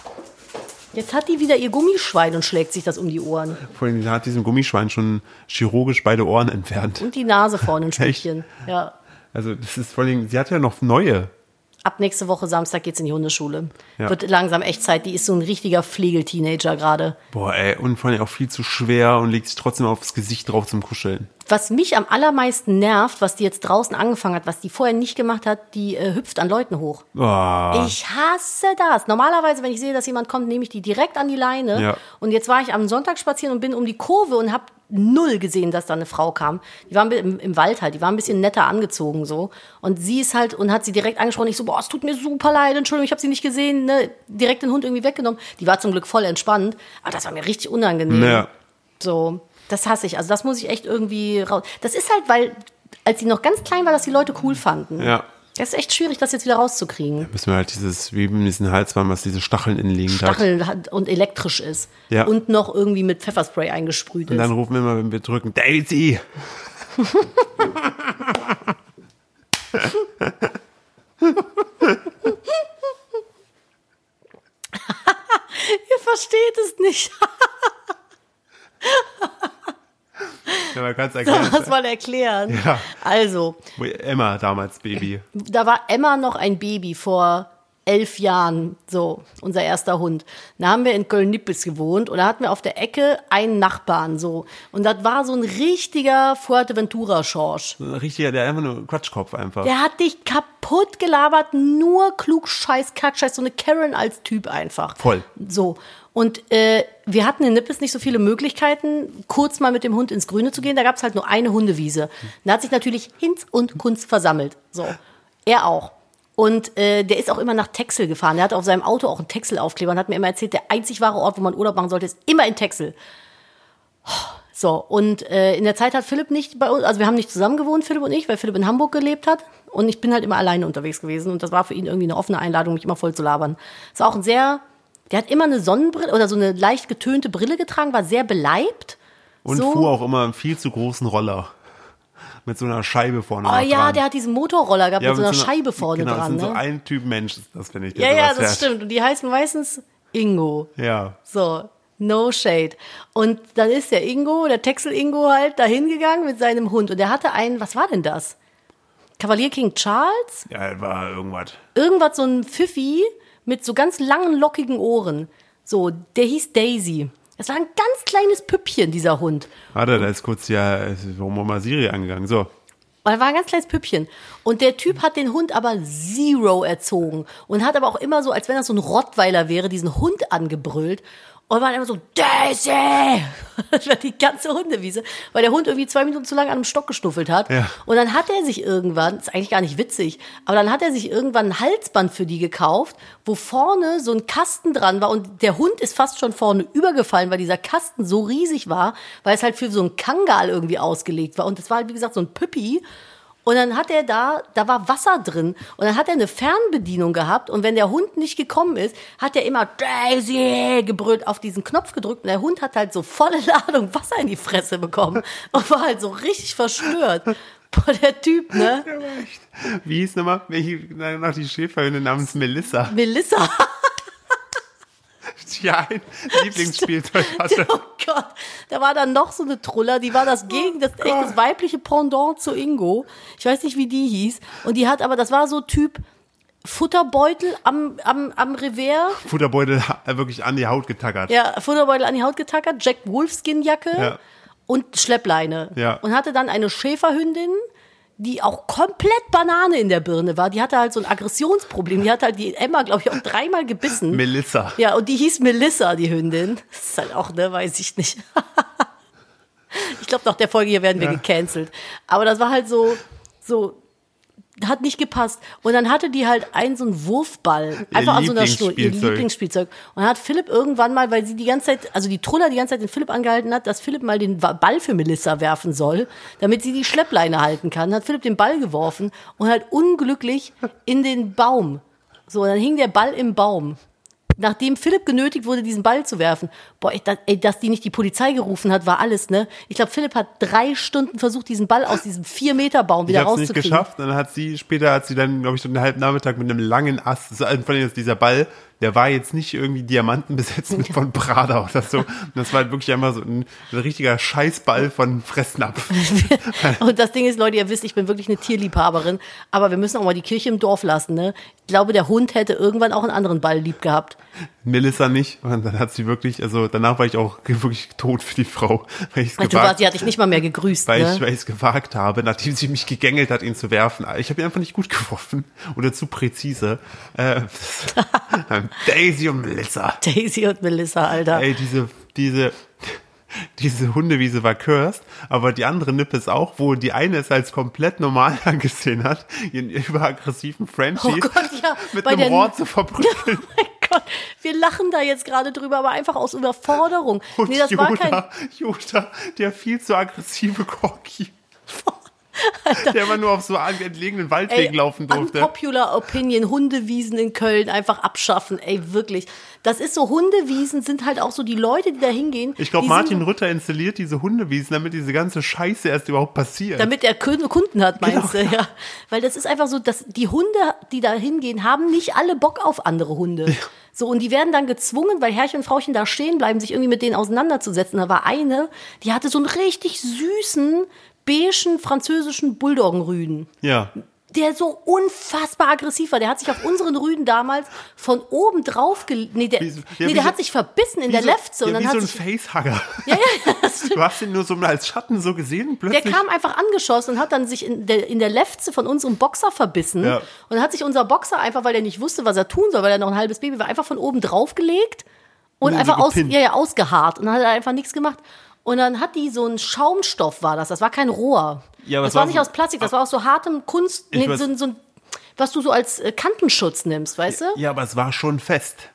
Speaker 2: Jetzt hat die wieder ihr Gummischwein und schlägt sich das um die Ohren.
Speaker 1: Vor allem, die hat diesem Gummischwein schon chirurgisch beide Ohren entfernt.
Speaker 2: Und die Nase vorne ein Stückchen. Ja.
Speaker 1: Also, das ist vor allem, sie hat ja noch neue.
Speaker 2: Ab nächste Woche Samstag geht's in die Hundeschule.
Speaker 1: Ja.
Speaker 2: Wird langsam echt Zeit. Die ist so ein richtiger Pflegelteenager gerade.
Speaker 1: Boah, ey, und vor allem auch viel zu schwer und legt sich trotzdem aufs Gesicht drauf zum Kuscheln.
Speaker 2: Was mich am allermeisten nervt, was die jetzt draußen angefangen hat, was die vorher nicht gemacht hat, die äh, hüpft an Leuten hoch.
Speaker 1: Boah.
Speaker 2: Ich hasse das. Normalerweise, wenn ich sehe, dass jemand kommt, nehme ich die direkt an die Leine.
Speaker 1: Ja.
Speaker 2: Und jetzt war ich am Sonntag spazieren und bin um die Kurve und habe null gesehen, dass da eine Frau kam. Die war ein bi- im, im Wald halt, die war ein bisschen netter angezogen so. Und sie ist halt und hat sie direkt angesprochen. Ich so, boah, es tut mir super leid, Entschuldigung, ich habe sie nicht gesehen. Ne? Direkt den Hund irgendwie weggenommen. Die war zum Glück voll entspannt. Aber das war mir richtig unangenehm.
Speaker 1: Ja.
Speaker 2: So, das hasse ich. Also das muss ich echt irgendwie raus. Das ist halt, weil als sie noch ganz klein war, dass die Leute cool fanden.
Speaker 1: Ja.
Speaker 2: Das ist echt schwierig, das jetzt wieder rauszukriegen.
Speaker 1: Müssen wir halt dieses, wie in diesen Halsband, was diese Stacheln innenliegend hat.
Speaker 2: Stachel hat und elektrisch ist
Speaker 1: Ja.
Speaker 2: und noch irgendwie mit Pfefferspray eingesprüht
Speaker 1: Und
Speaker 2: ist.
Speaker 1: dann rufen wir immer, wenn wir drücken, Daisy!
Speaker 2: Ihr versteht es nicht. <laughs>
Speaker 1: Ja, man kann's
Speaker 2: <laughs>
Speaker 1: erklären.
Speaker 2: Das mal erklären.
Speaker 1: Ja.
Speaker 2: Also,
Speaker 1: Wo Emma damals Baby.
Speaker 2: da war Emma noch ein Baby vor elf Jahren, so unser erster Hund. Da haben wir in Köln-Nippes gewohnt und da hatten wir auf der Ecke einen Nachbarn so. Und das war so ein richtiger Fuerteventura-Schorsch.
Speaker 1: So ein richtiger, der einfach nur Quatschkopf einfach.
Speaker 2: Der hat dich kaputt gelabert, nur Klugscheiß, Kackscheiß, so eine Karen als Typ einfach.
Speaker 1: Voll.
Speaker 2: So. Und äh, wir hatten in Nippes nicht so viele Möglichkeiten, kurz mal mit dem Hund ins Grüne zu gehen. Da gab es halt nur eine Hundewiese. Da hat sich natürlich Hinz und Kunst versammelt. So. Er auch. Und äh, der ist auch immer nach Texel gefahren. Der hatte auf seinem Auto auch einen Texel-Aufkleber und hat mir immer erzählt, der einzig wahre Ort, wo man Urlaub machen sollte, ist immer in Texel. So, und äh, in der Zeit hat Philipp nicht bei uns, also wir haben nicht zusammen gewohnt, Philipp und ich, weil Philipp in Hamburg gelebt hat. Und ich bin halt immer alleine unterwegs gewesen. Und das war für ihn irgendwie eine offene Einladung, mich immer voll zu labern. Ist auch ein sehr, der hat immer eine Sonnenbrille oder so eine leicht getönte Brille getragen, war sehr beleibt
Speaker 1: Und
Speaker 2: So-
Speaker 1: fuhr auch immer einen viel zu großen Roller. Mit so einer Scheibe vorne.
Speaker 2: Oh
Speaker 1: noch
Speaker 2: ja,
Speaker 1: dran.
Speaker 2: der hat diesen Motorroller gehabt mit so einer Scheibe vorne
Speaker 1: genau,
Speaker 2: dran.
Speaker 1: Genau, so
Speaker 2: Ne?
Speaker 1: ein Typ Mensch, das finde ich. der
Speaker 2: Ja, ja,
Speaker 1: sowas fährt.
Speaker 2: das stimmt. Und die heißen meistens Ingo.
Speaker 1: Ja,
Speaker 2: So, no shade. Und dann ist der Ingo, der Texel-Ingo halt, dahin gegangen mit seinem Hund. Und er hatte einen, was war denn das? Kavalier King Charles?
Speaker 1: ja, war irgendwas.
Speaker 2: Irgendwas, so ein Pfiffi mit so ganz langen, lockigen Ohren. So, der hieß Daisy. Es war ein ganz kleines Püppchen, dieser Hund.
Speaker 1: Warte, da ist kurz ja, ist- warum auch mal Siri angegangen? So, <laughs>
Speaker 2: Und er war ein ganz kleines Püppchen. Und der Typ hat den Hund aber zero erzogen. Und hat aber auch immer so, als wenn das so ein Rottweiler wäre, diesen Hund angebrüllt. Und war immer so, Daisy! <laughs> Das war die ganze Hundewiese. Weil der Hund irgendwie zwei Minuten zu lange an einem Stock geschnuffelt hat.
Speaker 1: Ja.
Speaker 2: Und dann hat er sich irgendwann, ist eigentlich gar nicht witzig, aber dann hat er sich irgendwann ein Halsband für die gekauft, wo vorne so ein Kasten dran war und der Hund ist fast schon vorne übergefallen, weil dieser Kasten so riesig war, weil es halt für so einen Kangal irgendwie ausgelegt war und das war halt wie gesagt so ein Püppi. Und dann hat er da, da war Wasser drin. Und dann hat er eine Fernbedienung gehabt. Und wenn der Hund nicht gekommen ist, hat er immer Daisy gebrüllt, auf diesen Knopf gedrückt. Und der Hund hat halt so volle <laughs> Ladung Wasser in die Fresse bekommen. Und war halt so richtig verstört. Boah, der Typ, ne?
Speaker 1: wie hieß nochmal? Welche, nein, noch die Schäferhündin namens Melissa. <laughs>
Speaker 2: Melissa.
Speaker 1: Ja,
Speaker 2: <laughs>
Speaker 1: ein Lieblingsspielzeug hatte.
Speaker 2: Oh Gott, da war dann noch so eine Truller, die war das gegen das echt das weibliche Pendant zu Ingo. Ich weiß nicht, wie die hieß. Und die hat aber, das war so Typ Futterbeutel am, am, am Revers.
Speaker 1: Futterbeutel äh, wirklich an die Haut getackert.
Speaker 2: Ja, Futterbeutel an die Haut getackert, Jack Wolfskin-Jacke
Speaker 1: Ja.
Speaker 2: und Schleppleine.
Speaker 1: Ja.
Speaker 2: Und hatte dann eine Schäferhündin, die auch komplett Banane in der Birne war. Die hatte halt so ein Aggressionsproblem. Die hat halt die Emma, glaube ich, auch dreimal gebissen.
Speaker 1: Melissa.
Speaker 2: <laughs> ja, und die hieß Melissa, die Hündin. Das ist halt auch, ne, weiß ich nicht. <laughs> ich glaube, nach der Folge hier werden wir
Speaker 1: Ja.
Speaker 2: gecancelt. Aber das war halt so, so, hat nicht gepasst. Und dann hatte die halt einen so einen Wurfball. Einfach an so einer Schnur. Ihr
Speaker 1: Lieblingsspielzeug.
Speaker 2: Lieblingsspielzeug. Und dann hat Philipp irgendwann mal, weil sie die ganze Zeit, also die Truller die ganze Zeit den Philipp angehalten hat, dass Philipp mal den Wa- Ball für Melissa werfen soll, damit sie die Schleppleine halten kann, hat Philipp den Ball geworfen und halt unglücklich in den Baum. So, dann hing der Ball im Baum. Nachdem Philipp genötigt wurde, diesen Ball zu werfen, boah, ich, da- ey, dass die nicht die Polizei gerufen hat, war alles, ne? Ich glaube, Philipp hat drei Stunden versucht, diesen Ball aus diesem Vier-Meter-Baum
Speaker 1: Ich
Speaker 2: wieder
Speaker 1: hab's nicht
Speaker 2: rauszukriegen.
Speaker 1: geschafft. Dann hat sie, später hat sie dann, glaube ich, so einen halben Nachmittag mit einem langen Ast, das ist von jetzt dieser Ball, der war jetzt nicht irgendwie Diamanten besetzt mit von Prada oder so. Und das war halt wirklich einmal so ein, ein richtiger Scheißball von
Speaker 2: <laughs>
Speaker 1: Fressnapf.
Speaker 2: <laughs> Und das Ding ist, Leute, ihr wisst, ich bin wirklich eine Tierliebhaberin, aber wir müssen auch mal die Kirche im Dorf lassen, ne? Ich glaube, der Hund hätte irgendwann auch einen anderen Ball lieb gehabt.
Speaker 1: Melissa nicht. Und dann hat sie wirklich, also danach war ich auch wirklich tot für die Frau, weil ich es
Speaker 2: Weil du warst,
Speaker 1: gewagt,
Speaker 2: die hatte ich nicht mal mehr gegrüßt,
Speaker 1: weil
Speaker 2: ne?
Speaker 1: ich, weil ich's gewagt habe, nachdem sie mich gegängelt hat, ihn zu werfen. Ich habe ihn einfach nicht gut geworfen oder zu präzise. Äh, <laughs> Daisy und Melissa.
Speaker 2: Daisy und Melissa, Alter. <laughs>
Speaker 1: Ey, diese, diese, <laughs> diese Hundewiese war cursed, aber die andere Nippe ist auch, wo die eine es als komplett normal <laughs> angesehen hat, ihren überaggressiven Frenchie
Speaker 2: Oh Gott, ja,
Speaker 1: mit
Speaker 2: bei
Speaker 1: einem
Speaker 2: der-
Speaker 1: Rohr zu verprügeln.
Speaker 2: Oh mein Gott, wir lachen da jetzt gerade drüber, aber einfach aus Überforderung.
Speaker 1: Und
Speaker 2: <laughs> nee, das
Speaker 1: Yoda,
Speaker 2: war kein.
Speaker 1: Yoda, der viel zu aggressive Corgi. Der immer nur auf so entlegenen Waldwegen laufen durfte.
Speaker 2: Unpopular Opinion, Hundewiesen in Köln einfach abschaffen, ey, wirklich. Das ist so, Hundewiesen sind halt auch so die Leute, die da hingehen.
Speaker 1: Ich glaube,
Speaker 2: die sind-
Speaker 1: Martin Rütter installiert diese Hundewiesen, damit diese ganze Scheiße erst überhaupt passiert.
Speaker 2: Damit er Kün- Kunden hat,
Speaker 1: Genau.
Speaker 2: meinst du, ja. Weil das ist einfach so, dass die Hunde, die da hingehen, haben nicht alle Bock auf andere Hunde. So, und die werden dann gezwungen, weil Herrchen und Frauchen da stehen bleiben, sich irgendwie mit denen auseinanderzusetzen. Da war eine, die hatte so einen richtig süßen, beigen französischen Bulldoggenrüden
Speaker 1: ja.
Speaker 2: der so unfassbar aggressiv war. Der hat sich auf unseren Rüden damals von oben drauf gel nee, der,
Speaker 1: Wie so- ja,
Speaker 2: nee,
Speaker 1: wie
Speaker 2: der
Speaker 1: so-
Speaker 2: hat sich verbissen in
Speaker 1: Wie
Speaker 2: der
Speaker 1: so-
Speaker 2: Lefze und
Speaker 1: ja,
Speaker 2: dann
Speaker 1: wie
Speaker 2: hat
Speaker 1: so ein
Speaker 2: sich,
Speaker 1: Facehugger.
Speaker 2: ja, ja, das stimmt.
Speaker 1: Du hast ihn nur so mal als Schatten so gesehen und
Speaker 2: Der
Speaker 1: plötzlich.
Speaker 2: kam einfach angeschossen und hat dann sich in der, in der Lefze von unserem Boxer verbissen.
Speaker 1: Ja.
Speaker 2: Und dann hat sich unser Boxer einfach, weil er nicht wusste, was er tun soll, weil er noch ein halbes Baby war, einfach von oben draufgelegt und
Speaker 1: Nee,
Speaker 2: einfach
Speaker 1: so
Speaker 2: aus,
Speaker 1: gepinnt.
Speaker 2: ja, ja, ausgeharrt. Und dann hat er einfach nichts gemacht. Und dann hat die so einen Schaumstoff, war das. Das war kein Rohr.
Speaker 1: Ja, aber
Speaker 2: das
Speaker 1: es
Speaker 2: war,
Speaker 1: war
Speaker 2: nicht
Speaker 1: so- Ah.
Speaker 2: aus Plastik, das war aus so hartem Kunst,
Speaker 1: Ich
Speaker 2: nee,
Speaker 1: weiß-
Speaker 2: so, ein- so ein, was du so als äh, Kantenschutz nimmst, weißt du?
Speaker 1: ja, aber es war schon fest.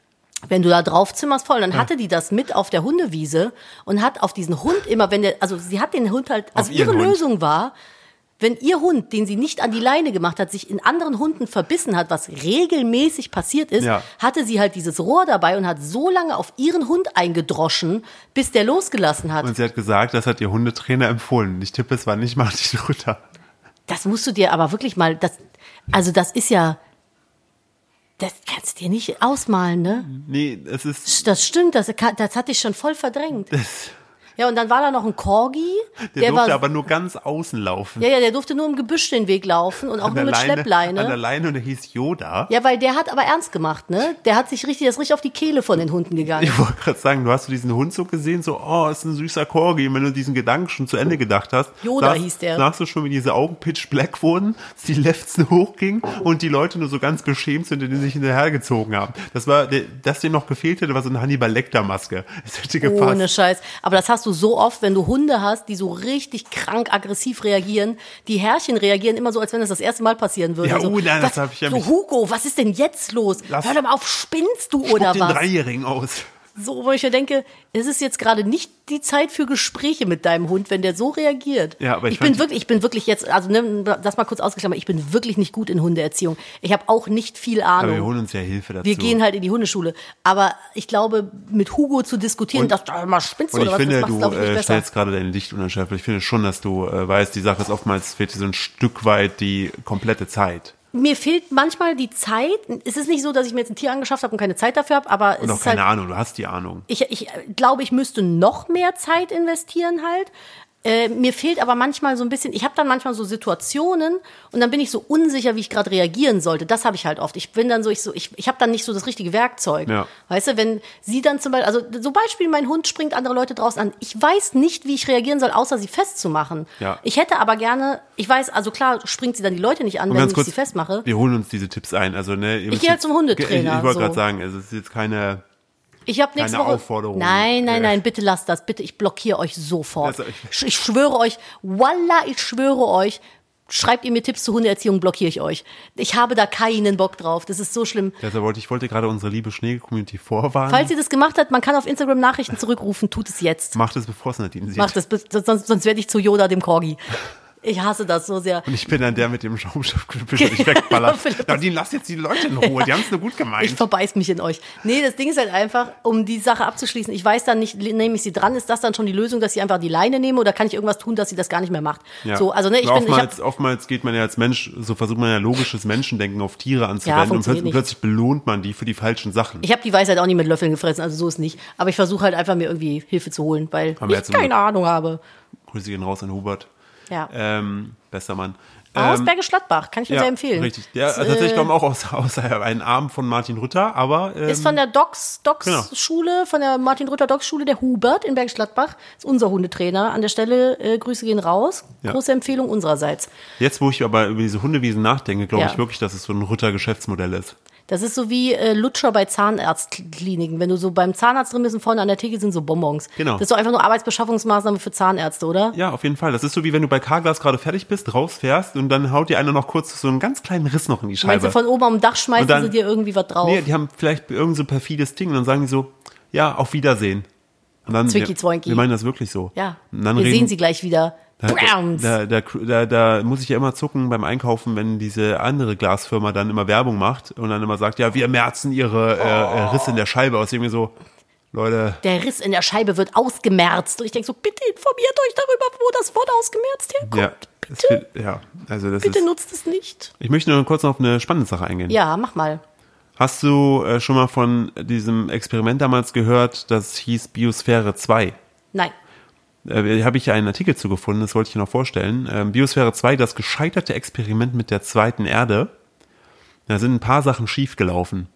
Speaker 2: wenn du da drauf zimmerst voll, dann hatte die das mit auf der Hundewiese und hat auf diesen Hund immer, wenn der, also sie hat den Hund halt, also
Speaker 1: ihren
Speaker 2: ihre
Speaker 1: Hund.
Speaker 2: Lösung war, Wenn ihr Hund, den sie nicht an die Leine gemacht hat, sich in anderen Hunden verbissen hat, was regelmäßig passiert ist,
Speaker 1: Ja.
Speaker 2: hatte sie halt dieses Rohr dabei und hat so lange auf ihren Hund eingedroschen, bis der losgelassen hat.
Speaker 1: Und sie hat gesagt, das hat ihr Hundetrainer empfohlen. Ich tippe, es war nicht Martin Luther.
Speaker 2: Das musst du dir aber wirklich mal, das, also das ist ja, das kannst du dir nicht ausmalen, ne?
Speaker 1: Nee, es ist.
Speaker 2: Das stimmt, das, kann- das hatte ich schon voll verdrängt.
Speaker 1: Das,
Speaker 2: Ja, und dann war da noch ein Corgi,
Speaker 1: der,
Speaker 2: der,
Speaker 1: durfte
Speaker 2: war,
Speaker 1: aber nur ganz außen laufen.
Speaker 2: ja, ja, der durfte nur im Gebüsch den Weg laufen und auch
Speaker 1: An der
Speaker 2: nur mit
Speaker 1: Leine- An der
Speaker 2: Schleppleine.
Speaker 1: Leine und der hieß Yoda.
Speaker 2: Ja, weil der hat aber ernst gemacht, ne? Der hat sich richtig, der ist richtig auf die Kehle von den Hunden gegangen.
Speaker 1: Ich wollte gerade sagen, du hast du diesen Hund so gesehen, so, oh, ist ein süßer Corgi. Und wenn du diesen Gedanken schon zu Ende gedacht hast,
Speaker 2: Yoda
Speaker 1: sahst-
Speaker 2: hieß der.
Speaker 1: sahst du schon, wie diese Augen pitch black wurden, dass die Lefts hochgingen und die Leute nur so ganz beschämt sind, die sich hinterhergezogen haben. Das war, der- das dir noch gefehlt hätte, war so eine Hannibal Lecter Maske. Das hätte gepasst.
Speaker 2: Ohne Scheiß. Aber das hast du so oft, wenn du Hunde hast, die so richtig krank aggressiv reagieren. Die Herrchen reagieren immer so, als wenn das das erste Mal passieren würde.
Speaker 1: Ja,
Speaker 2: so,
Speaker 1: oh, nein, das
Speaker 2: was,
Speaker 1: hab ich ja
Speaker 2: So,
Speaker 1: mich-
Speaker 2: Hugo, was ist denn jetzt los?
Speaker 1: Lass-
Speaker 2: Hör doch mal auf, spinnst du
Speaker 1: Spuck
Speaker 2: oder
Speaker 1: den
Speaker 2: was?
Speaker 1: Dreijährigen aus.
Speaker 2: So, wo ich ja denke, es ist jetzt gerade nicht die Zeit für Gespräche mit deinem Hund, wenn der so reagiert.
Speaker 1: Ja, aber ich
Speaker 2: bin
Speaker 1: fand-
Speaker 2: wirklich, ich bin wirklich jetzt, also ne, das mal kurz ausgeklammert, ich bin wirklich nicht gut in Hundeerziehung. Ich habe auch nicht viel
Speaker 1: Aber
Speaker 2: Ahnung.
Speaker 1: wir holen uns ja Hilfe dazu.
Speaker 2: Wir gehen halt in die Hundeschule. Aber ich glaube, mit Hugo zu diskutieren, dass du mal spinnst
Speaker 1: Und
Speaker 2: oder
Speaker 1: ich
Speaker 2: was,
Speaker 1: finde,
Speaker 2: das macht
Speaker 1: du
Speaker 2: glaube ich, nicht
Speaker 1: äh,
Speaker 2: besser.
Speaker 1: stellst gerade dein Licht unanschärfer. Ich finde schon, dass du äh, weißt, die Sache ist oftmals, fehlt dir so ein Stück weit die komplette Zeit.
Speaker 2: Mir fehlt manchmal die Zeit. Es ist nicht so, dass ich mir jetzt ein Tier angeschafft habe und keine Zeit dafür habe, aber
Speaker 1: Und
Speaker 2: es
Speaker 1: auch
Speaker 2: ist
Speaker 1: keine
Speaker 2: halt,
Speaker 1: Ahnung, du hast die Ahnung.
Speaker 2: ich, ich äh, glaube, ich müsste noch mehr Zeit investieren halt. Äh, mir fehlt aber manchmal so ein bisschen, ich habe dann manchmal so Situationen und dann bin ich so unsicher, wie ich gerade reagieren sollte. Das habe ich halt oft. Ich bin dann so, ich so, ich, ich habe dann nicht so das richtige Werkzeug.
Speaker 1: Ja.
Speaker 2: Weißt du, wenn sie dann zum Beispiel, also zum Beispiel mein Hund springt andere Leute draußen an. Ich weiß nicht, wie ich reagieren soll, außer sie festzumachen.
Speaker 1: Ja.
Speaker 2: Ich hätte aber gerne, ich weiß, also klar springt sie dann die Leute nicht an, wenn ich sie festmache.
Speaker 1: wir holen uns diese Tipps ein. Also, ne, ihr müsst
Speaker 2: gehe
Speaker 1: jetzt-
Speaker 2: zum Hundetrainer,
Speaker 1: Ich, ich wollte
Speaker 2: so.
Speaker 1: gerade sagen, also es ist jetzt keine.
Speaker 2: Ich habe nächste
Speaker 1: Keine
Speaker 2: Woche.
Speaker 1: Aufforderung.
Speaker 2: Nein, nein,
Speaker 1: Nee.
Speaker 2: nein, bitte lasst das. Bitte, ich blockiere euch sofort.
Speaker 1: Also,
Speaker 2: ich, ich schwöre euch, Wallah, ich schwöre euch. Schreibt ihr mir Tipps zur Hundeerziehung, blockiere ich euch. Ich habe da keinen Bock drauf. Das ist so schlimm.
Speaker 1: Deshalb wollte ich wollte gerade unsere liebe Schnee-Community vorwarnen.
Speaker 2: Falls ihr das gemacht habt, man kann auf Instagram Nachrichten zurückrufen. Tut es jetzt.
Speaker 1: Macht es, bevor es Nadine sieht.
Speaker 2: Macht es, bis- sonst, sonst werde ich zu Yoda, dem Corgi. Ich hasse das so sehr.
Speaker 1: Und ich bin dann der mit dem
Speaker 2: <laughs>
Speaker 1: Schaumstoffgebüsch, der dich wegballert.
Speaker 2: Philipp.
Speaker 1: Nadine, lass jetzt die Leute in Ruhe. Die haben es nur gut
Speaker 2: Ich
Speaker 1: gemeint.
Speaker 2: verbeiß mich in euch. Nee, das Ding ist halt einfach, um die Sache abzuschließen, ich weiß dann nicht, nehme ich sie dran, ist das dann schon die Lösung, dass ich einfach die Leine nehme oder kann ich irgendwas tun, dass sie das gar nicht mehr macht?
Speaker 1: Ja.
Speaker 2: So, also ne, ich bin, ich hab,
Speaker 1: oftmals, oftmals geht man ja als Mensch, so versucht man ja logisches Menschendenken auf Tiere
Speaker 2: Ja,
Speaker 1: anzuwenden und
Speaker 2: funktioniert
Speaker 1: plötzlich, plötzlich belohnt man die für die falschen Sachen.
Speaker 2: ich habe die Weisheit auch nicht mit Löffeln gefressen, also so ist nicht. Aber ich versuche halt einfach mir irgendwie Hilfe zu holen, weil
Speaker 1: Haben wir
Speaker 2: ich
Speaker 1: jetzt im-
Speaker 2: keine Ahnung habe.
Speaker 1: Grüße gehen raus an Hubert.
Speaker 2: Ja.
Speaker 1: Ähm, bester Mann. Ähm,
Speaker 2: Aus Bergisch Gladbach, kann ich mir
Speaker 1: ja,
Speaker 2: sehr empfehlen.
Speaker 1: Richtig. Ja,
Speaker 2: Ist,
Speaker 1: also tatsächlich
Speaker 2: äh,
Speaker 1: kommen auch aus, <laughs> aus einem Arm von Martin Rütter, aber ähm,
Speaker 2: ist von der Docs, Docs
Speaker 1: Genau.
Speaker 2: Schule, von der Martin Rütter Docs Schule, der Hubert in Bergisch Gladbach, ist unser Hundetrainer. An der Stelle äh, Grüße gehen raus.
Speaker 1: Ja.
Speaker 2: Große Empfehlung unsererseits.
Speaker 1: Jetzt, wo ich aber über diese Hundewiesen nachdenke, glaube
Speaker 2: Ja.
Speaker 1: ich wirklich, dass es so ein Rütter-Geschäftsmodell ist.
Speaker 2: Das ist so wie äh, Lutscher bei Zahnarztkliniken. Wenn du so beim Zahnarzt drin bist und vorne an der Theke sind so Bonbons.
Speaker 1: Genau.
Speaker 2: Das ist doch einfach nur Arbeitsbeschaffungsmaßnahme für Zahnärzte, oder?
Speaker 1: Ja, auf jeden Fall. Das ist so wie wenn du bei Carglass gerade fertig bist, rausfährst und dann haut dir einer noch kurz so einen ganz kleinen Riss noch in die
Speaker 2: Meinst du,
Speaker 1: Scheibe.
Speaker 2: von oben am Dach schmeißen
Speaker 1: Und dann-
Speaker 2: sie dir irgendwie was drauf?
Speaker 1: Nee, die haben vielleicht irgend so ein perfides Ding und dann sagen die so, ja, auf Wiedersehen. Und dann,
Speaker 2: Zwicky,
Speaker 1: wir,
Speaker 2: zwoinky.
Speaker 1: wir meinen das wirklich so.
Speaker 2: ja.
Speaker 1: Und dann
Speaker 2: Wir
Speaker 1: reden,
Speaker 2: sehen sie gleich wieder. Browns.
Speaker 1: Da, da, da, da muss ich ja immer zucken beim Einkaufen, wenn diese andere Glasfirma dann immer Werbung macht und dann immer sagt, ja, wir merzen ihre äh, äh, Risse in der Scheibe aus. Irgendwie so, Leute,
Speaker 2: der Riss in der Scheibe wird ausgemerzt. Und ich denke so, bitte informiert euch darüber, wo das Wort ausgemerzt herkommt.
Speaker 1: ja, es
Speaker 2: bitte,
Speaker 1: wird- ja, also das
Speaker 2: bitte
Speaker 1: ist.
Speaker 2: nutzt es nicht.
Speaker 1: Ich möchte nur kurz noch auf eine spannende Sache eingehen.
Speaker 2: Ja, mach mal.
Speaker 1: Hast du äh, schon mal von diesem Experiment damals gehört, das hieß Biosphäre 2?
Speaker 2: Nein.
Speaker 1: Äh, habe ich ja einen Artikel zu gefunden, das wollte ich dir noch vorstellen. Ähm, Biosphäre 2, das gescheiterte Experiment mit der zweiten Erde. Da sind ein paar Sachen schiefgelaufen.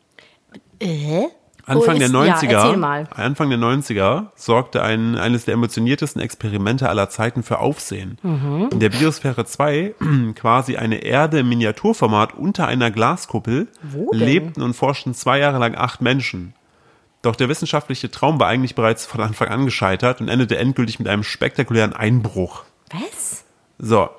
Speaker 2: Äh?
Speaker 1: Anfang
Speaker 2: Oh,
Speaker 1: der
Speaker 2: ist-
Speaker 1: 90er,
Speaker 2: Ja, erzähl mal.
Speaker 1: Anfang der 90er sorgte ein, eines der emotioniertesten Experimente aller Zeiten für Aufsehen.
Speaker 2: Mhm.
Speaker 1: In der Biosphäre 2, <clears throat> quasi eine Erde im Miniaturformat unter einer Glaskuppel,
Speaker 2: Wo denn?
Speaker 1: lebten und forschten zwei Jahre lang acht Menschen. Doch der wissenschaftliche Traum war eigentlich bereits von Anfang an gescheitert und endete endgültig mit einem spektakulären Einbruch.
Speaker 2: Was?
Speaker 1: So.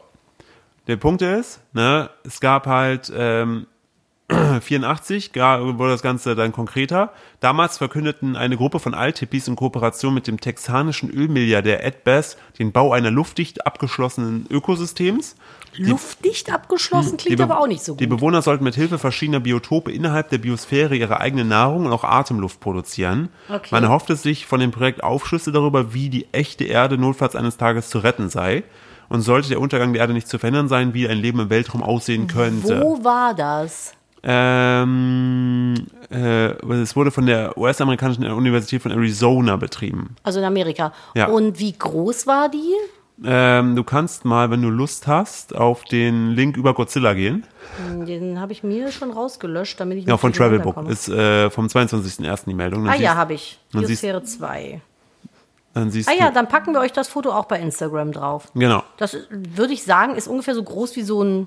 Speaker 1: Der Punkt ist, ne, es gab halt ähm, <clears throat> 84 gra- wurde das Ganze dann konkreter. Damals verkündeten eine Gruppe von Altippis in Kooperation mit dem texanischen Ölmilliardär Ed Bass den Bau einer luftdicht abgeschlossenen Ökosystems.
Speaker 2: Luftdicht abgeschlossen klingt
Speaker 1: Be-
Speaker 2: aber auch nicht so
Speaker 1: Die
Speaker 2: gut.
Speaker 1: Bewohner sollten mit Hilfe verschiedener Biotope innerhalb der Biosphäre ihre eigene Nahrung und auch Atemluft produzieren.
Speaker 2: Okay.
Speaker 1: Man erhoffte sich von dem Projekt Aufschlüsse darüber, wie die echte Erde notfalls eines Tages zu retten sei. Und sollte der Untergang der Erde nicht zu verhindern sein, wie ein Leben im Weltraum aussehen könnte.
Speaker 2: Wo war das?
Speaker 1: Ähm, äh, es wurde von der US-amerikanischen Universität von Arizona betrieben.
Speaker 2: Also in Amerika.
Speaker 1: Ja.
Speaker 2: Und wie groß war die?
Speaker 1: Ähm, du kannst mal, wenn du Lust hast, auf den Link über Godzilla gehen.
Speaker 2: Den habe ich mir schon rausgelöscht, damit ich
Speaker 1: Ja,
Speaker 2: nicht
Speaker 1: von
Speaker 2: durcheinander
Speaker 1: Travelbook.
Speaker 2: komme.
Speaker 1: Ist äh, vom 22.01. die Meldung. Dann
Speaker 2: Ah ja,
Speaker 1: siehst-
Speaker 2: habe ich.
Speaker 1: dann siehst-
Speaker 2: Biosphäre 2.
Speaker 1: Dann siehst
Speaker 2: Ah ja,
Speaker 1: du.
Speaker 2: dann packen wir euch das Foto auch bei Instagram drauf.
Speaker 1: Genau.
Speaker 2: Das ist- würde ich sagen, ist ungefähr so groß wie so ein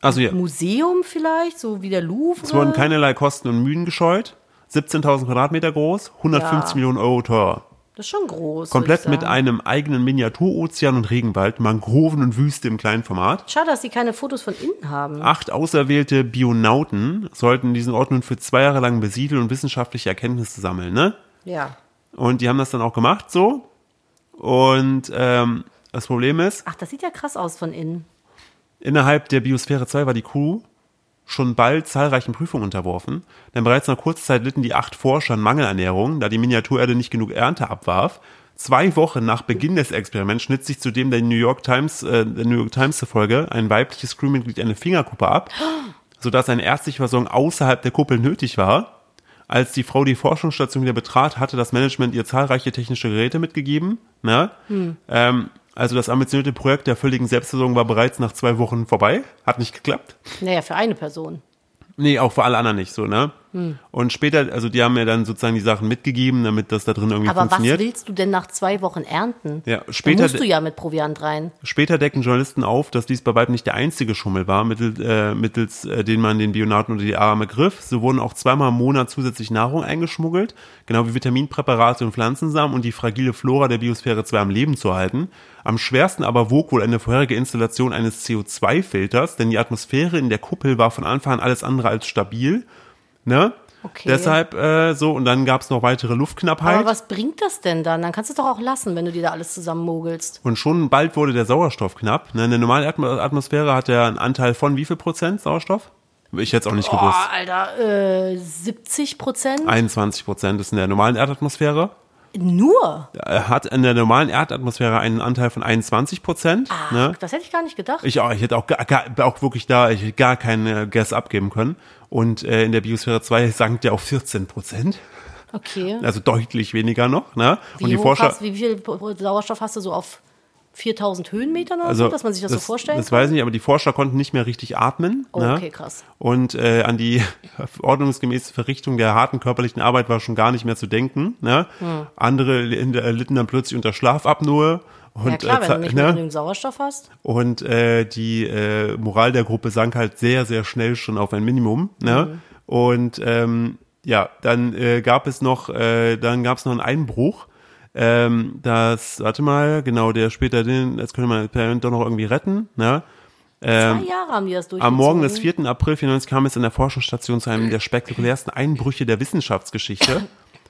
Speaker 1: Also ja,
Speaker 2: Museum vielleicht, so wie der Louvre.
Speaker 1: es wurden keinerlei Kosten und Mühen gescheut. 17.000 Quadratmeter groß, 150
Speaker 2: Ja.
Speaker 1: Millionen Euro teuer.
Speaker 2: das ist schon groß. würd
Speaker 1: Komplett
Speaker 2: ich
Speaker 1: mit
Speaker 2: sagen.
Speaker 1: einem eigenen Miniaturozean und Regenwald, Mangroven und Wüste im kleinen Format.
Speaker 2: Schade, dass sie keine Fotos von innen haben.
Speaker 1: Acht auserwählte Bionauten sollten diesen Ort nun für zwei Jahre lang besiedeln und wissenschaftliche Erkenntnisse sammeln, ne?
Speaker 2: Ja.
Speaker 1: Und die haben das dann auch gemacht so. Und ähm, das Problem ist,
Speaker 2: Ach, das sieht ja krass aus von innen.
Speaker 1: innerhalb der Biosphäre 2 war die Crew schon bald zahlreichen Prüfungen unterworfen, denn bereits nach kurzer Zeit litten die acht Forscher an Mangelernährung, da die Miniaturerde nicht genug Ernte abwarf. Zwei Wochen nach Beginn des Experiments schnitt sich zudem der New York Times, äh, der New York Times zufolge ein weibliches Crewmitglied eine Fingerkuppe ab, <gasps> sodass eine ärztliche Versorgung außerhalb der Kuppel nötig war. Als die Frau die Forschungsstation wieder betrat, hatte das Management ihr zahlreiche technische Geräte mitgegeben. Ne?
Speaker 2: Hm.
Speaker 1: Ähm, also das ambitionierte Projekt der völligen Selbstversorgung war bereits nach zwei Wochen vorbei. Hat nicht geklappt.
Speaker 2: Naja, für eine Person.
Speaker 1: Nee, auch für alle anderen nicht so, ne?
Speaker 2: Hm.
Speaker 1: Und später, also die haben mir dann sozusagen die Sachen mitgegeben, damit das da drin irgendwie
Speaker 2: Aber was
Speaker 1: funktioniert.
Speaker 2: willst du denn nach zwei Wochen ernten?
Speaker 1: Ja,
Speaker 2: da
Speaker 1: später,
Speaker 2: musst du ja mit Proviant rein.
Speaker 1: später decken Journalisten auf, dass dies bei weitem nicht der einzige Schummel war, mittel, äh, mittels äh, den man den Bionaten unter die Arme griff. So wurden auch zweimal im Monat zusätzlich Nahrung eingeschmuggelt, genau wie Vitaminpräparate und Pflanzensamen, um die fragile Flora der Biosphäre zwar am Leben zu halten. Am schwersten aber wog wohl eine vorherige Installation eines CO2-Filters, denn die Atmosphäre in der Kuppel war von Anfang an alles andere als stabil. Ne?
Speaker 2: Okay.
Speaker 1: Deshalb äh, so, und dann gab es noch weitere Luftknappheit.
Speaker 2: Aber was bringt das denn dann? Dann kannst du es doch auch lassen, wenn du dir da alles zusammenmogelst.
Speaker 1: Und schon bald wurde der Sauerstoff knapp. Ne, Eine normale Atmo- Atmosphäre hat ja einen Anteil von wie viel Prozent Sauerstoff? Ich hätte es auch nicht
Speaker 2: Oh,
Speaker 1: gewusst.
Speaker 2: Alter, äh, 70 Prozent?
Speaker 1: 21 Prozent ist in der normalen Erdatmosphäre.
Speaker 2: Nur?
Speaker 1: Er hat in der normalen Erdatmosphäre einen Anteil von 21 Prozent.
Speaker 2: Ach,
Speaker 1: Ne?
Speaker 2: das hätte ich gar nicht gedacht.
Speaker 1: Ich, auch, ich hätte auch, gar, gar, auch wirklich da ich hätte gar keinen Gas abgeben können. Und äh, in der Biosphäre 2 sank der auf 14 Prozent.
Speaker 2: Okay.
Speaker 1: Also deutlich weniger noch. Ne? Und
Speaker 2: wie,
Speaker 1: die
Speaker 2: hoch
Speaker 1: Forscher.
Speaker 2: hast, wie viel Pro- Sauerstoff hast du so auf 4000 Höhenmetern oder so, dass man sich das, so vorstellen
Speaker 1: Also Das weiß ich nicht, aber die Forscher konnten nicht mehr richtig atmen.
Speaker 2: Oh,
Speaker 1: ne?
Speaker 2: okay, krass.
Speaker 1: Und äh, an die <laughs> ordnungsgemäße Verrichtung der harten körperlichen Arbeit war schon gar nicht mehr zu denken. Ne?
Speaker 2: Hm.
Speaker 1: Andere li- äh, litten dann plötzlich unter Schlafapnoe. Und,
Speaker 2: Ja klar,
Speaker 1: äh,
Speaker 2: wenn
Speaker 1: za-
Speaker 2: du nicht mehr
Speaker 1: ne?
Speaker 2: genügend Sauerstoff hast.
Speaker 1: und äh, die äh, Moral der Gruppe sank halt sehr, sehr schnell schon auf ein Minimum. Ne? Und ähm, ja, dann äh, gab es noch, äh, dann gab es noch einen Einbruch. Ähm, das, warte mal, genau, der später den, jetzt könnte man das Experiment doch noch irgendwie retten. Ne?
Speaker 2: Zwei Jahre haben die das durchgezogen.
Speaker 1: Am Morgen des 4. April 94 kam es in der Forschungsstation zu einem der spektakulärsten Einbrüche der Wissenschaftsgeschichte.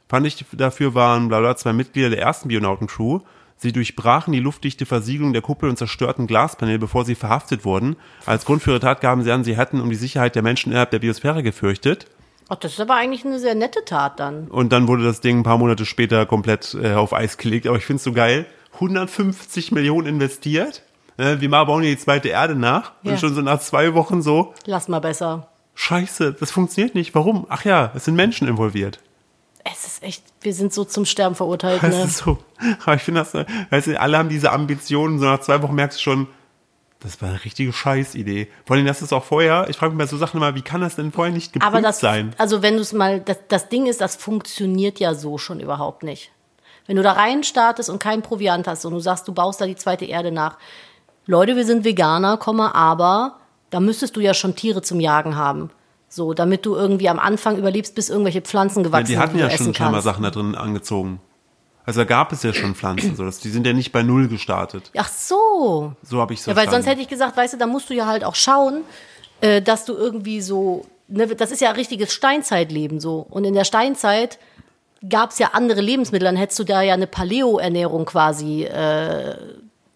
Speaker 1: Fand ich dafür waren bla bla zwei Mitglieder der ersten Bionauten-Crew. Sie durchbrachen die luftdichte Versiegelung der Kuppel und zerstörten Glaspanel, bevor sie verhaftet wurden. Als Grund für ihre Tat gaben sie an, sie hätten um die Sicherheit der Menschen innerhalb der Biosphäre gefürchtet.
Speaker 2: Ach, das ist aber eigentlich eine sehr nette Tat dann.
Speaker 1: Und dann wurde das Ding ein paar Monate später komplett äh, auf Eis gelegt. Aber ich finde es so geil. 150 Millionen investiert. Äh, wir mal bauen hier die zweite Erde nach.
Speaker 2: Ja.
Speaker 1: Und schon so nach zwei Wochen so,
Speaker 2: Lass mal besser.
Speaker 1: Scheiße, das funktioniert nicht. Warum? Ach ja, es sind Menschen involviert.
Speaker 2: Es ist echt, wir sind so zum Sterben verurteilt,
Speaker 1: Das
Speaker 2: ne?
Speaker 1: ist so. <laughs> Aber ich finde das, äh, weißt du, alle haben diese Ambitionen. So nach zwei Wochen merkst du schon, das war eine richtige Scheißidee. Vor allem, das ist auch vorher. Ich frage mich bei so Sachen immer, wie kann das denn vorher nicht geprüft
Speaker 2: Aber das,
Speaker 1: sein?
Speaker 2: also wenn du es mal, das, das Ding ist, das funktioniert ja so schon überhaupt nicht. Wenn du da rein startest und keinen Proviant hast und du sagst, du baust da die zweite Erde nach. Leute, wir sind Veganer, Komma, aber da müsstest du ja schon Tiere zum Jagen haben. So, damit du irgendwie am Anfang überlebst, bis irgendwelche Pflanzen
Speaker 1: Ja,
Speaker 2: gewachsen sind.
Speaker 1: die hatten
Speaker 2: die
Speaker 1: ja
Speaker 2: du
Speaker 1: schon
Speaker 2: essen
Speaker 1: scheinbar
Speaker 2: kannst.
Speaker 1: Sachen da drin angezogen. Also da gab es ja schon Pflanzen. So, dass, die sind ja nicht bei Null gestartet.
Speaker 2: Ach so.
Speaker 1: So habe ich es
Speaker 2: Ja, weil sonst hätte ich gesagt, weißt du, da musst du ja halt auch schauen, äh, dass du irgendwie so ne, das ist ja richtiges Steinzeitleben so. Und in der Steinzeit gab es ja andere Lebensmittel, dann hättest du da ja eine Paleo-Ernährung quasi äh,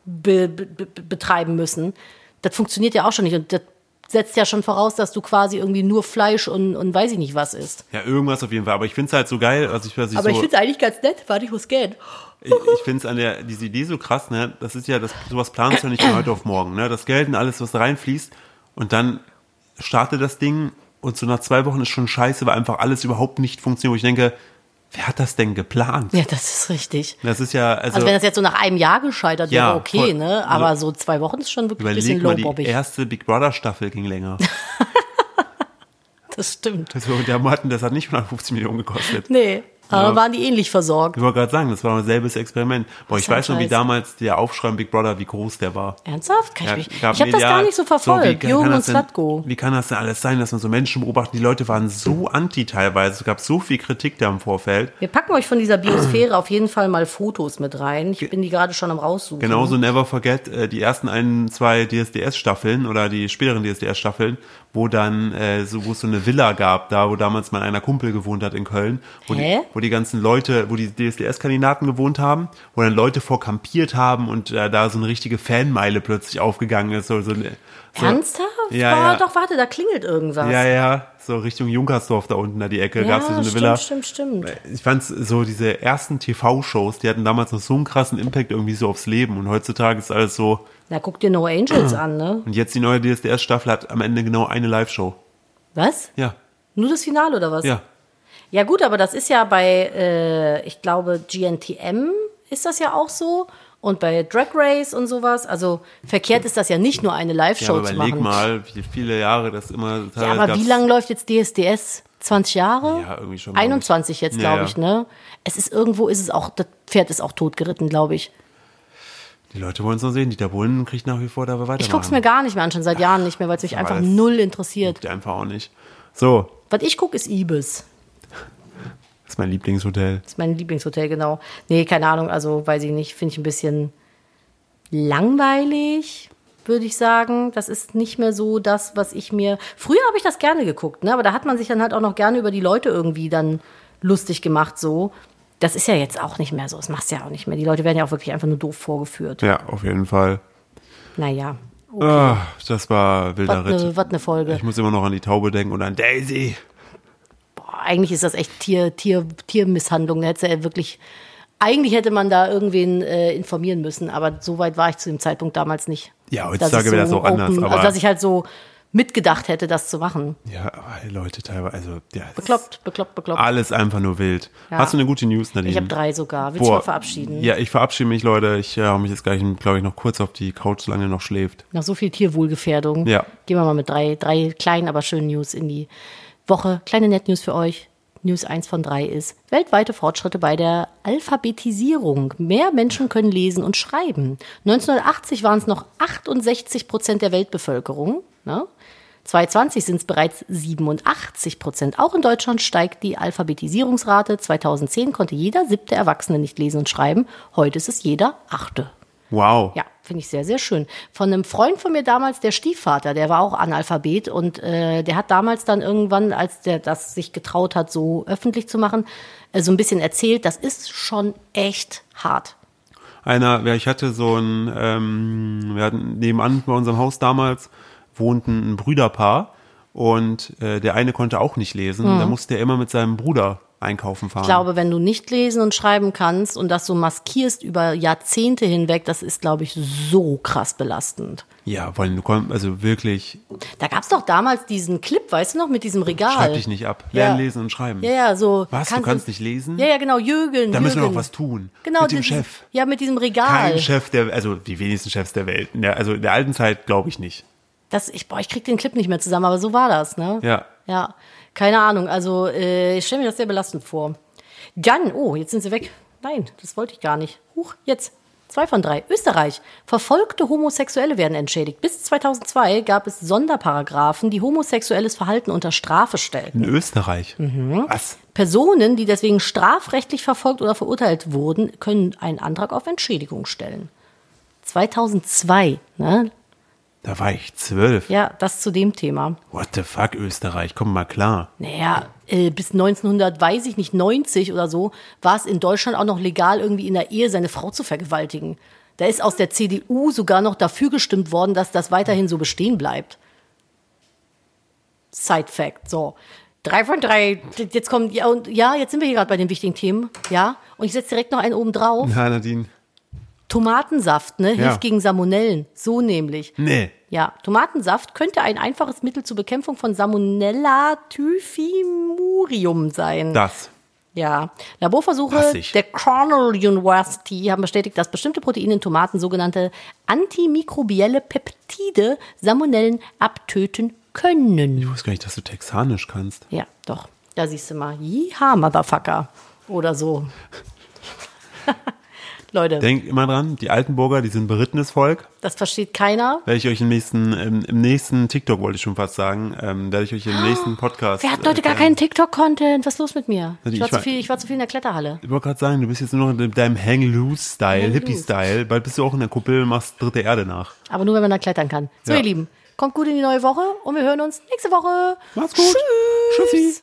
Speaker 2: be, be, be, betreiben müssen. Das funktioniert ja auch schon nicht und das setzt ja schon voraus, dass du quasi irgendwie nur Fleisch und, und weiß ich nicht was isst.
Speaker 1: Ja, irgendwas auf jeden Fall. Aber ich finde es halt so geil, also ich, was ich
Speaker 2: Aber ich
Speaker 1: so,
Speaker 2: finde es eigentlich ganz nett, warte, ich muss gehen.
Speaker 1: ich, ich finde es an der, diese Idee so krass, ne? Das ist ja, das, sowas planst du ja nicht von heute auf morgen, ne? Das Geld und alles, was da reinfließt und dann startet das Ding und so nach zwei Wochen ist schon scheiße, weil einfach alles überhaupt nicht funktioniert, wo ich denke, wer hat das denn geplant?
Speaker 2: Ja, das ist richtig.
Speaker 1: Das ist ja, also,
Speaker 2: Also wenn das jetzt so nach einem Jahr gescheitert wäre,
Speaker 1: Ja,
Speaker 2: okay,
Speaker 1: voll.
Speaker 2: ne?
Speaker 1: Also-
Speaker 2: Aber so zwei Wochen ist schon wirklich ein bisschen
Speaker 1: überleg mal, die
Speaker 2: lowbobbig.
Speaker 1: erste Big Brother Staffel ging
Speaker 2: <laughs>
Speaker 1: länger.
Speaker 2: Das stimmt.
Speaker 1: Also der Martin, das hat nicht 150 Millionen gekostet.
Speaker 2: Nee, aber
Speaker 1: Ja.
Speaker 2: waren die ähnlich versorgt?
Speaker 1: Ich wollte gerade sagen, das war ein selbes Experiment. Boah, ich
Speaker 2: ist ja
Speaker 1: weiß schon, wie
Speaker 2: scheiße.
Speaker 1: damals der Aufschrei im Big Brother, wie groß der war.
Speaker 2: Ernsthaft? Kann
Speaker 1: Ja,
Speaker 2: ich mich- ich
Speaker 1: gab
Speaker 2: habe das
Speaker 1: medial-
Speaker 2: gar nicht so
Speaker 1: wie
Speaker 2: verfolgt.
Speaker 1: kann-
Speaker 2: Jung
Speaker 1: kann
Speaker 2: und
Speaker 1: das denn-
Speaker 2: Slatko.
Speaker 1: Wie kann das denn alles sein, dass man so Menschen beobachtet? Die Leute waren so anti teilweise. Es gab so viel Kritik da im Vorfeld.
Speaker 2: Wir packen euch von dieser Biosphäre auf jeden Fall mal Fotos mit rein. Ich bin die gerade schon am raussuchen.
Speaker 1: Genauso Never Forget äh, die ersten ein, zwei DSDS-Staffeln oder die späteren DSDS-Staffeln, wo dann äh, so, wo es so eine Villa gab, da wo damals mein einer Kumpel gewohnt hat in Köln, wo,
Speaker 2: Hä?
Speaker 1: Die, wo die ganzen Leute, wo die DSDS-Kandidaten gewohnt haben, wo dann Leute vorkampiert haben und äh, da so eine richtige Fanmeile plötzlich aufgegangen ist. So, so, eine- so,
Speaker 2: Ernsthaft?
Speaker 1: Ja,
Speaker 2: Boah,
Speaker 1: ja.
Speaker 2: Doch, warte, da klingelt irgendwas.
Speaker 1: Ja, ja, so Richtung Junkersdorf da unten, da die Ecke, gab es so eine
Speaker 2: stimmt,
Speaker 1: Villa.
Speaker 2: stimmt, stimmt.
Speaker 1: Ich fand so, diese ersten TV-Shows, die hatten damals noch so einen krassen Impact irgendwie so aufs Leben und heutzutage ist alles so,
Speaker 2: Na, guck dir No Angels an, ne?
Speaker 1: Und jetzt die neue DSDS-Staffel hat am Ende genau eine Live-Show.
Speaker 2: Was?
Speaker 1: Ja,
Speaker 2: Nur das Finale oder was?
Speaker 1: ja.
Speaker 2: Ja gut, aber das ist ja bei, äh, ich glaube, GNTM ist das ja auch so. Und bei Drag Race und sowas. Also verkehrt ist das ja nicht nur eine
Speaker 1: Ja,
Speaker 2: Live-Show
Speaker 1: aber
Speaker 2: zu
Speaker 1: überleg
Speaker 2: machen.
Speaker 1: mal, wie viele Jahre Äh, das immer teilweise
Speaker 2: Ja, aber wie
Speaker 1: gab's-
Speaker 2: lange läuft jetzt DSDS? 20 Jahre?
Speaker 1: Ja, irgendwie schon, glaub ich.
Speaker 2: 21 jetzt,
Speaker 1: Ja,
Speaker 2: glaube
Speaker 1: ja.
Speaker 2: ich, ne? Es ist irgendwo, ist es auch, das Pferd ist auch totgeritten, glaube ich.
Speaker 1: Die Leute wollen es noch sehen. Dieter Bohlen kriegt nach wie vor dabei weiter.
Speaker 2: Ich guck's mir gar nicht mehr an, schon seit Jahren nicht mehr, weil es mich
Speaker 1: aber
Speaker 2: einfach
Speaker 1: das-
Speaker 2: null interessiert.
Speaker 1: gar Einfach auch nicht. So,
Speaker 2: Was ich gucke, ist Ibis.
Speaker 1: das ist mein Lieblingshotel.
Speaker 2: Das ist mein Lieblingshotel, genau. Nee, keine Ahnung, also weiß ich nicht, finde ich ein bisschen langweilig, würde ich sagen. Das ist nicht mehr so das, was ich mir. Früher habe ich das gerne geguckt, ne? aber da hat man sich dann halt auch noch gerne über die Leute irgendwie dann lustig gemacht, so. Das ist ja jetzt auch nicht mehr so. Das machst du ja auch nicht mehr. Die Leute werden ja auch wirklich einfach nur doof vorgeführt.
Speaker 1: Ja, auf jeden Fall.
Speaker 2: Naja,
Speaker 1: Ah, das war wilder
Speaker 2: was
Speaker 1: Ritt.
Speaker 2: eine ne Folge.
Speaker 1: Ich muss immer noch an die Taube denken und an Daisy.
Speaker 2: Boah, eigentlich ist das echt Tier, Tier, Tiermisshandlung. Da hätte ja wirklich, eigentlich hätte man da irgendwen äh, informieren müssen, aber so weit war ich zu dem Zeitpunkt damals nicht.
Speaker 1: Ja,
Speaker 2: Dass
Speaker 1: heutzutage
Speaker 2: es
Speaker 1: wäre das auch anders, aber-
Speaker 2: also, dass ich halt so mitgedacht hätte, das zu machen.
Speaker 1: Ja, aber hey, Leute, teilweise, also, ja. es ist
Speaker 2: Bekloppt, bekloppt, bekloppt.
Speaker 1: Alles einfach nur wild.
Speaker 2: Ja.
Speaker 1: Hast du eine gute News, Nadine?
Speaker 2: ich habe drei sogar. Willst du
Speaker 1: Boah,
Speaker 2: mal verabschieden?
Speaker 1: Ja, ich verabschiede mich, Leute. Ich äh, hau mich jetzt gleich, glaube ich, noch kurz auf die Couch, solange ihr noch schläft.
Speaker 2: Nach so viel Tierwohlgefährdung.
Speaker 1: Ja.
Speaker 2: Gehen wir mal mit drei, drei kleinen, aber schönen News in die Woche. Kleine Net-News für euch. News 1 von 3 ist weltweite Fortschritte bei der Alphabetisierung. Mehr Menschen können lesen und schreiben. 1980 waren es noch 68 Prozent der Weltbevölkerung. Ne? 2020 sind es bereits 87 Prozent. Auch in Deutschland steigt die Alphabetisierungsrate. 2010 konnte jeder siebte Erwachsene nicht lesen und schreiben. Heute ist es jeder achte.
Speaker 1: Wow.
Speaker 2: Ja, finde ich sehr, sehr schön. Von einem Freund von mir damals, der Stiefvater, der war auch Analphabet und äh, der hat damals dann irgendwann, als der das sich getraut hat, so öffentlich zu machen, äh, so ein bisschen erzählt, das ist schon echt hart.
Speaker 1: Einer, ja, ich hatte so ein, ähm, wir hatten nebenan bei unserem Haus damals wohnten ein Brüderpaar und äh, der eine konnte auch nicht lesen. Da musste er immer mit seinem Bruder einkaufen fahren.
Speaker 2: Mhm. Ich glaube, wenn du nicht lesen und schreiben kannst und das so maskierst über Jahrzehnte hinweg, das ist, glaube ich, so krass belastend.
Speaker 1: Ja, weil du kommst, also wirklich,
Speaker 2: Da gab es doch damals diesen Clip, weißt du noch, mit diesem Regal.
Speaker 1: schreib dich nicht ab. Lernen,
Speaker 2: Ja.
Speaker 1: lesen und schreiben.
Speaker 2: Ja, ja, so.
Speaker 1: Was? Du kannst nicht lesen?
Speaker 2: Ja, ja, genau, Jürgen.
Speaker 1: Da müssen wir
Speaker 2: Jürgen.
Speaker 1: noch was tun.
Speaker 2: Genau,
Speaker 1: Mit dem
Speaker 2: dieses-
Speaker 1: Chef.
Speaker 2: Ja, mit diesem Regal.
Speaker 1: Kein Chef der, also die wenigsten Chefs der Welt. Ja, also in der alten Zeit glaube ich nicht.
Speaker 2: Das, ich, boah, ich krieg den Clip nicht mehr zusammen, aber so war das, ne?
Speaker 1: Ja.
Speaker 2: Ja. Keine Ahnung. Also, äh, ich stelle mir das sehr belastend vor. Dann, oh, jetzt sind sie weg. Nein, das wollte ich gar nicht. Huch, jetzt. Zwei von drei. Österreich. Verfolgte Homosexuelle werden entschädigt. Bis 2002 gab es Sonderparagraphen, die homosexuelles Verhalten unter Strafe stellten.
Speaker 1: In Österreich.
Speaker 2: Mhm.
Speaker 1: Was?
Speaker 2: Personen, die deswegen strafrechtlich verfolgt oder verurteilt wurden, können einen Antrag auf Entschädigung stellen. 2002, ne?
Speaker 1: Da war ich zwölf.
Speaker 2: Ja, das zu dem Thema.
Speaker 1: What the fuck, Österreich, komm mal klar.
Speaker 2: Naja, äh, bis 1900, weiß ich nicht, 90 oder so, war es in Deutschland auch noch legal, irgendwie in der Ehe seine Frau zu vergewaltigen. Da ist aus der CDU sogar noch dafür gestimmt worden, dass das weiterhin so bestehen bleibt. Side Fact, so. Drei von drei. Jetzt kommt, ja, und ja, jetzt sind wir hier gerade bei den wichtigen Themen, ja. Und ich setze direkt noch einen oben drauf.
Speaker 1: Na, Nadine.
Speaker 2: Tomatensaft, ne,
Speaker 1: Ja.
Speaker 2: hilft gegen Salmonellen. So nämlich.
Speaker 1: Nee.
Speaker 2: Ja, Tomatensaft könnte ein einfaches Mittel zur Bekämpfung von Salmonella typhimurium sein.
Speaker 1: Das.
Speaker 2: Ja, Laborversuche
Speaker 1: Hasse ich.
Speaker 2: der Cornell University haben bestätigt, dass bestimmte Proteine in Tomaten sogenannte antimikrobielle Peptide Salmonellen abtöten können.
Speaker 1: Ich wusste gar nicht, dass du texanisch kannst.
Speaker 2: Ja, doch. Da siehst du mal. Jiha, Motherfucker. Oder so. <laughs> Leute,
Speaker 1: Denkt immer dran, die Altenburger, die sind berittenes Volk.
Speaker 2: das versteht keiner.
Speaker 1: Werde ich euch im nächsten, im, im nächsten TikTok wollte ich schon fast sagen, ähm, werde ich euch im nächsten Podcast.
Speaker 2: Oh, Wer hat heute gar
Speaker 1: äh,
Speaker 2: keinen TikTok-Content? Was ist los mit mir?
Speaker 1: Also
Speaker 2: Ich
Speaker 1: ich
Speaker 2: war, zu
Speaker 1: war-
Speaker 2: viel, ich war zu viel in der Kletterhalle.
Speaker 1: Ich wollte gerade sagen, du bist jetzt nur noch in deinem Hang-Loose-Style, Hippie-Style. Bald bist du auch in der Kuppel und machst dritte Erde nach.
Speaker 2: Aber nur, wenn man da klettern kann. So,
Speaker 1: Ja.
Speaker 2: ihr Lieben, kommt gut in die neue Woche und wir hören uns nächste Woche.
Speaker 1: Macht's gut.
Speaker 2: Tschüss.
Speaker 1: Tschüssi.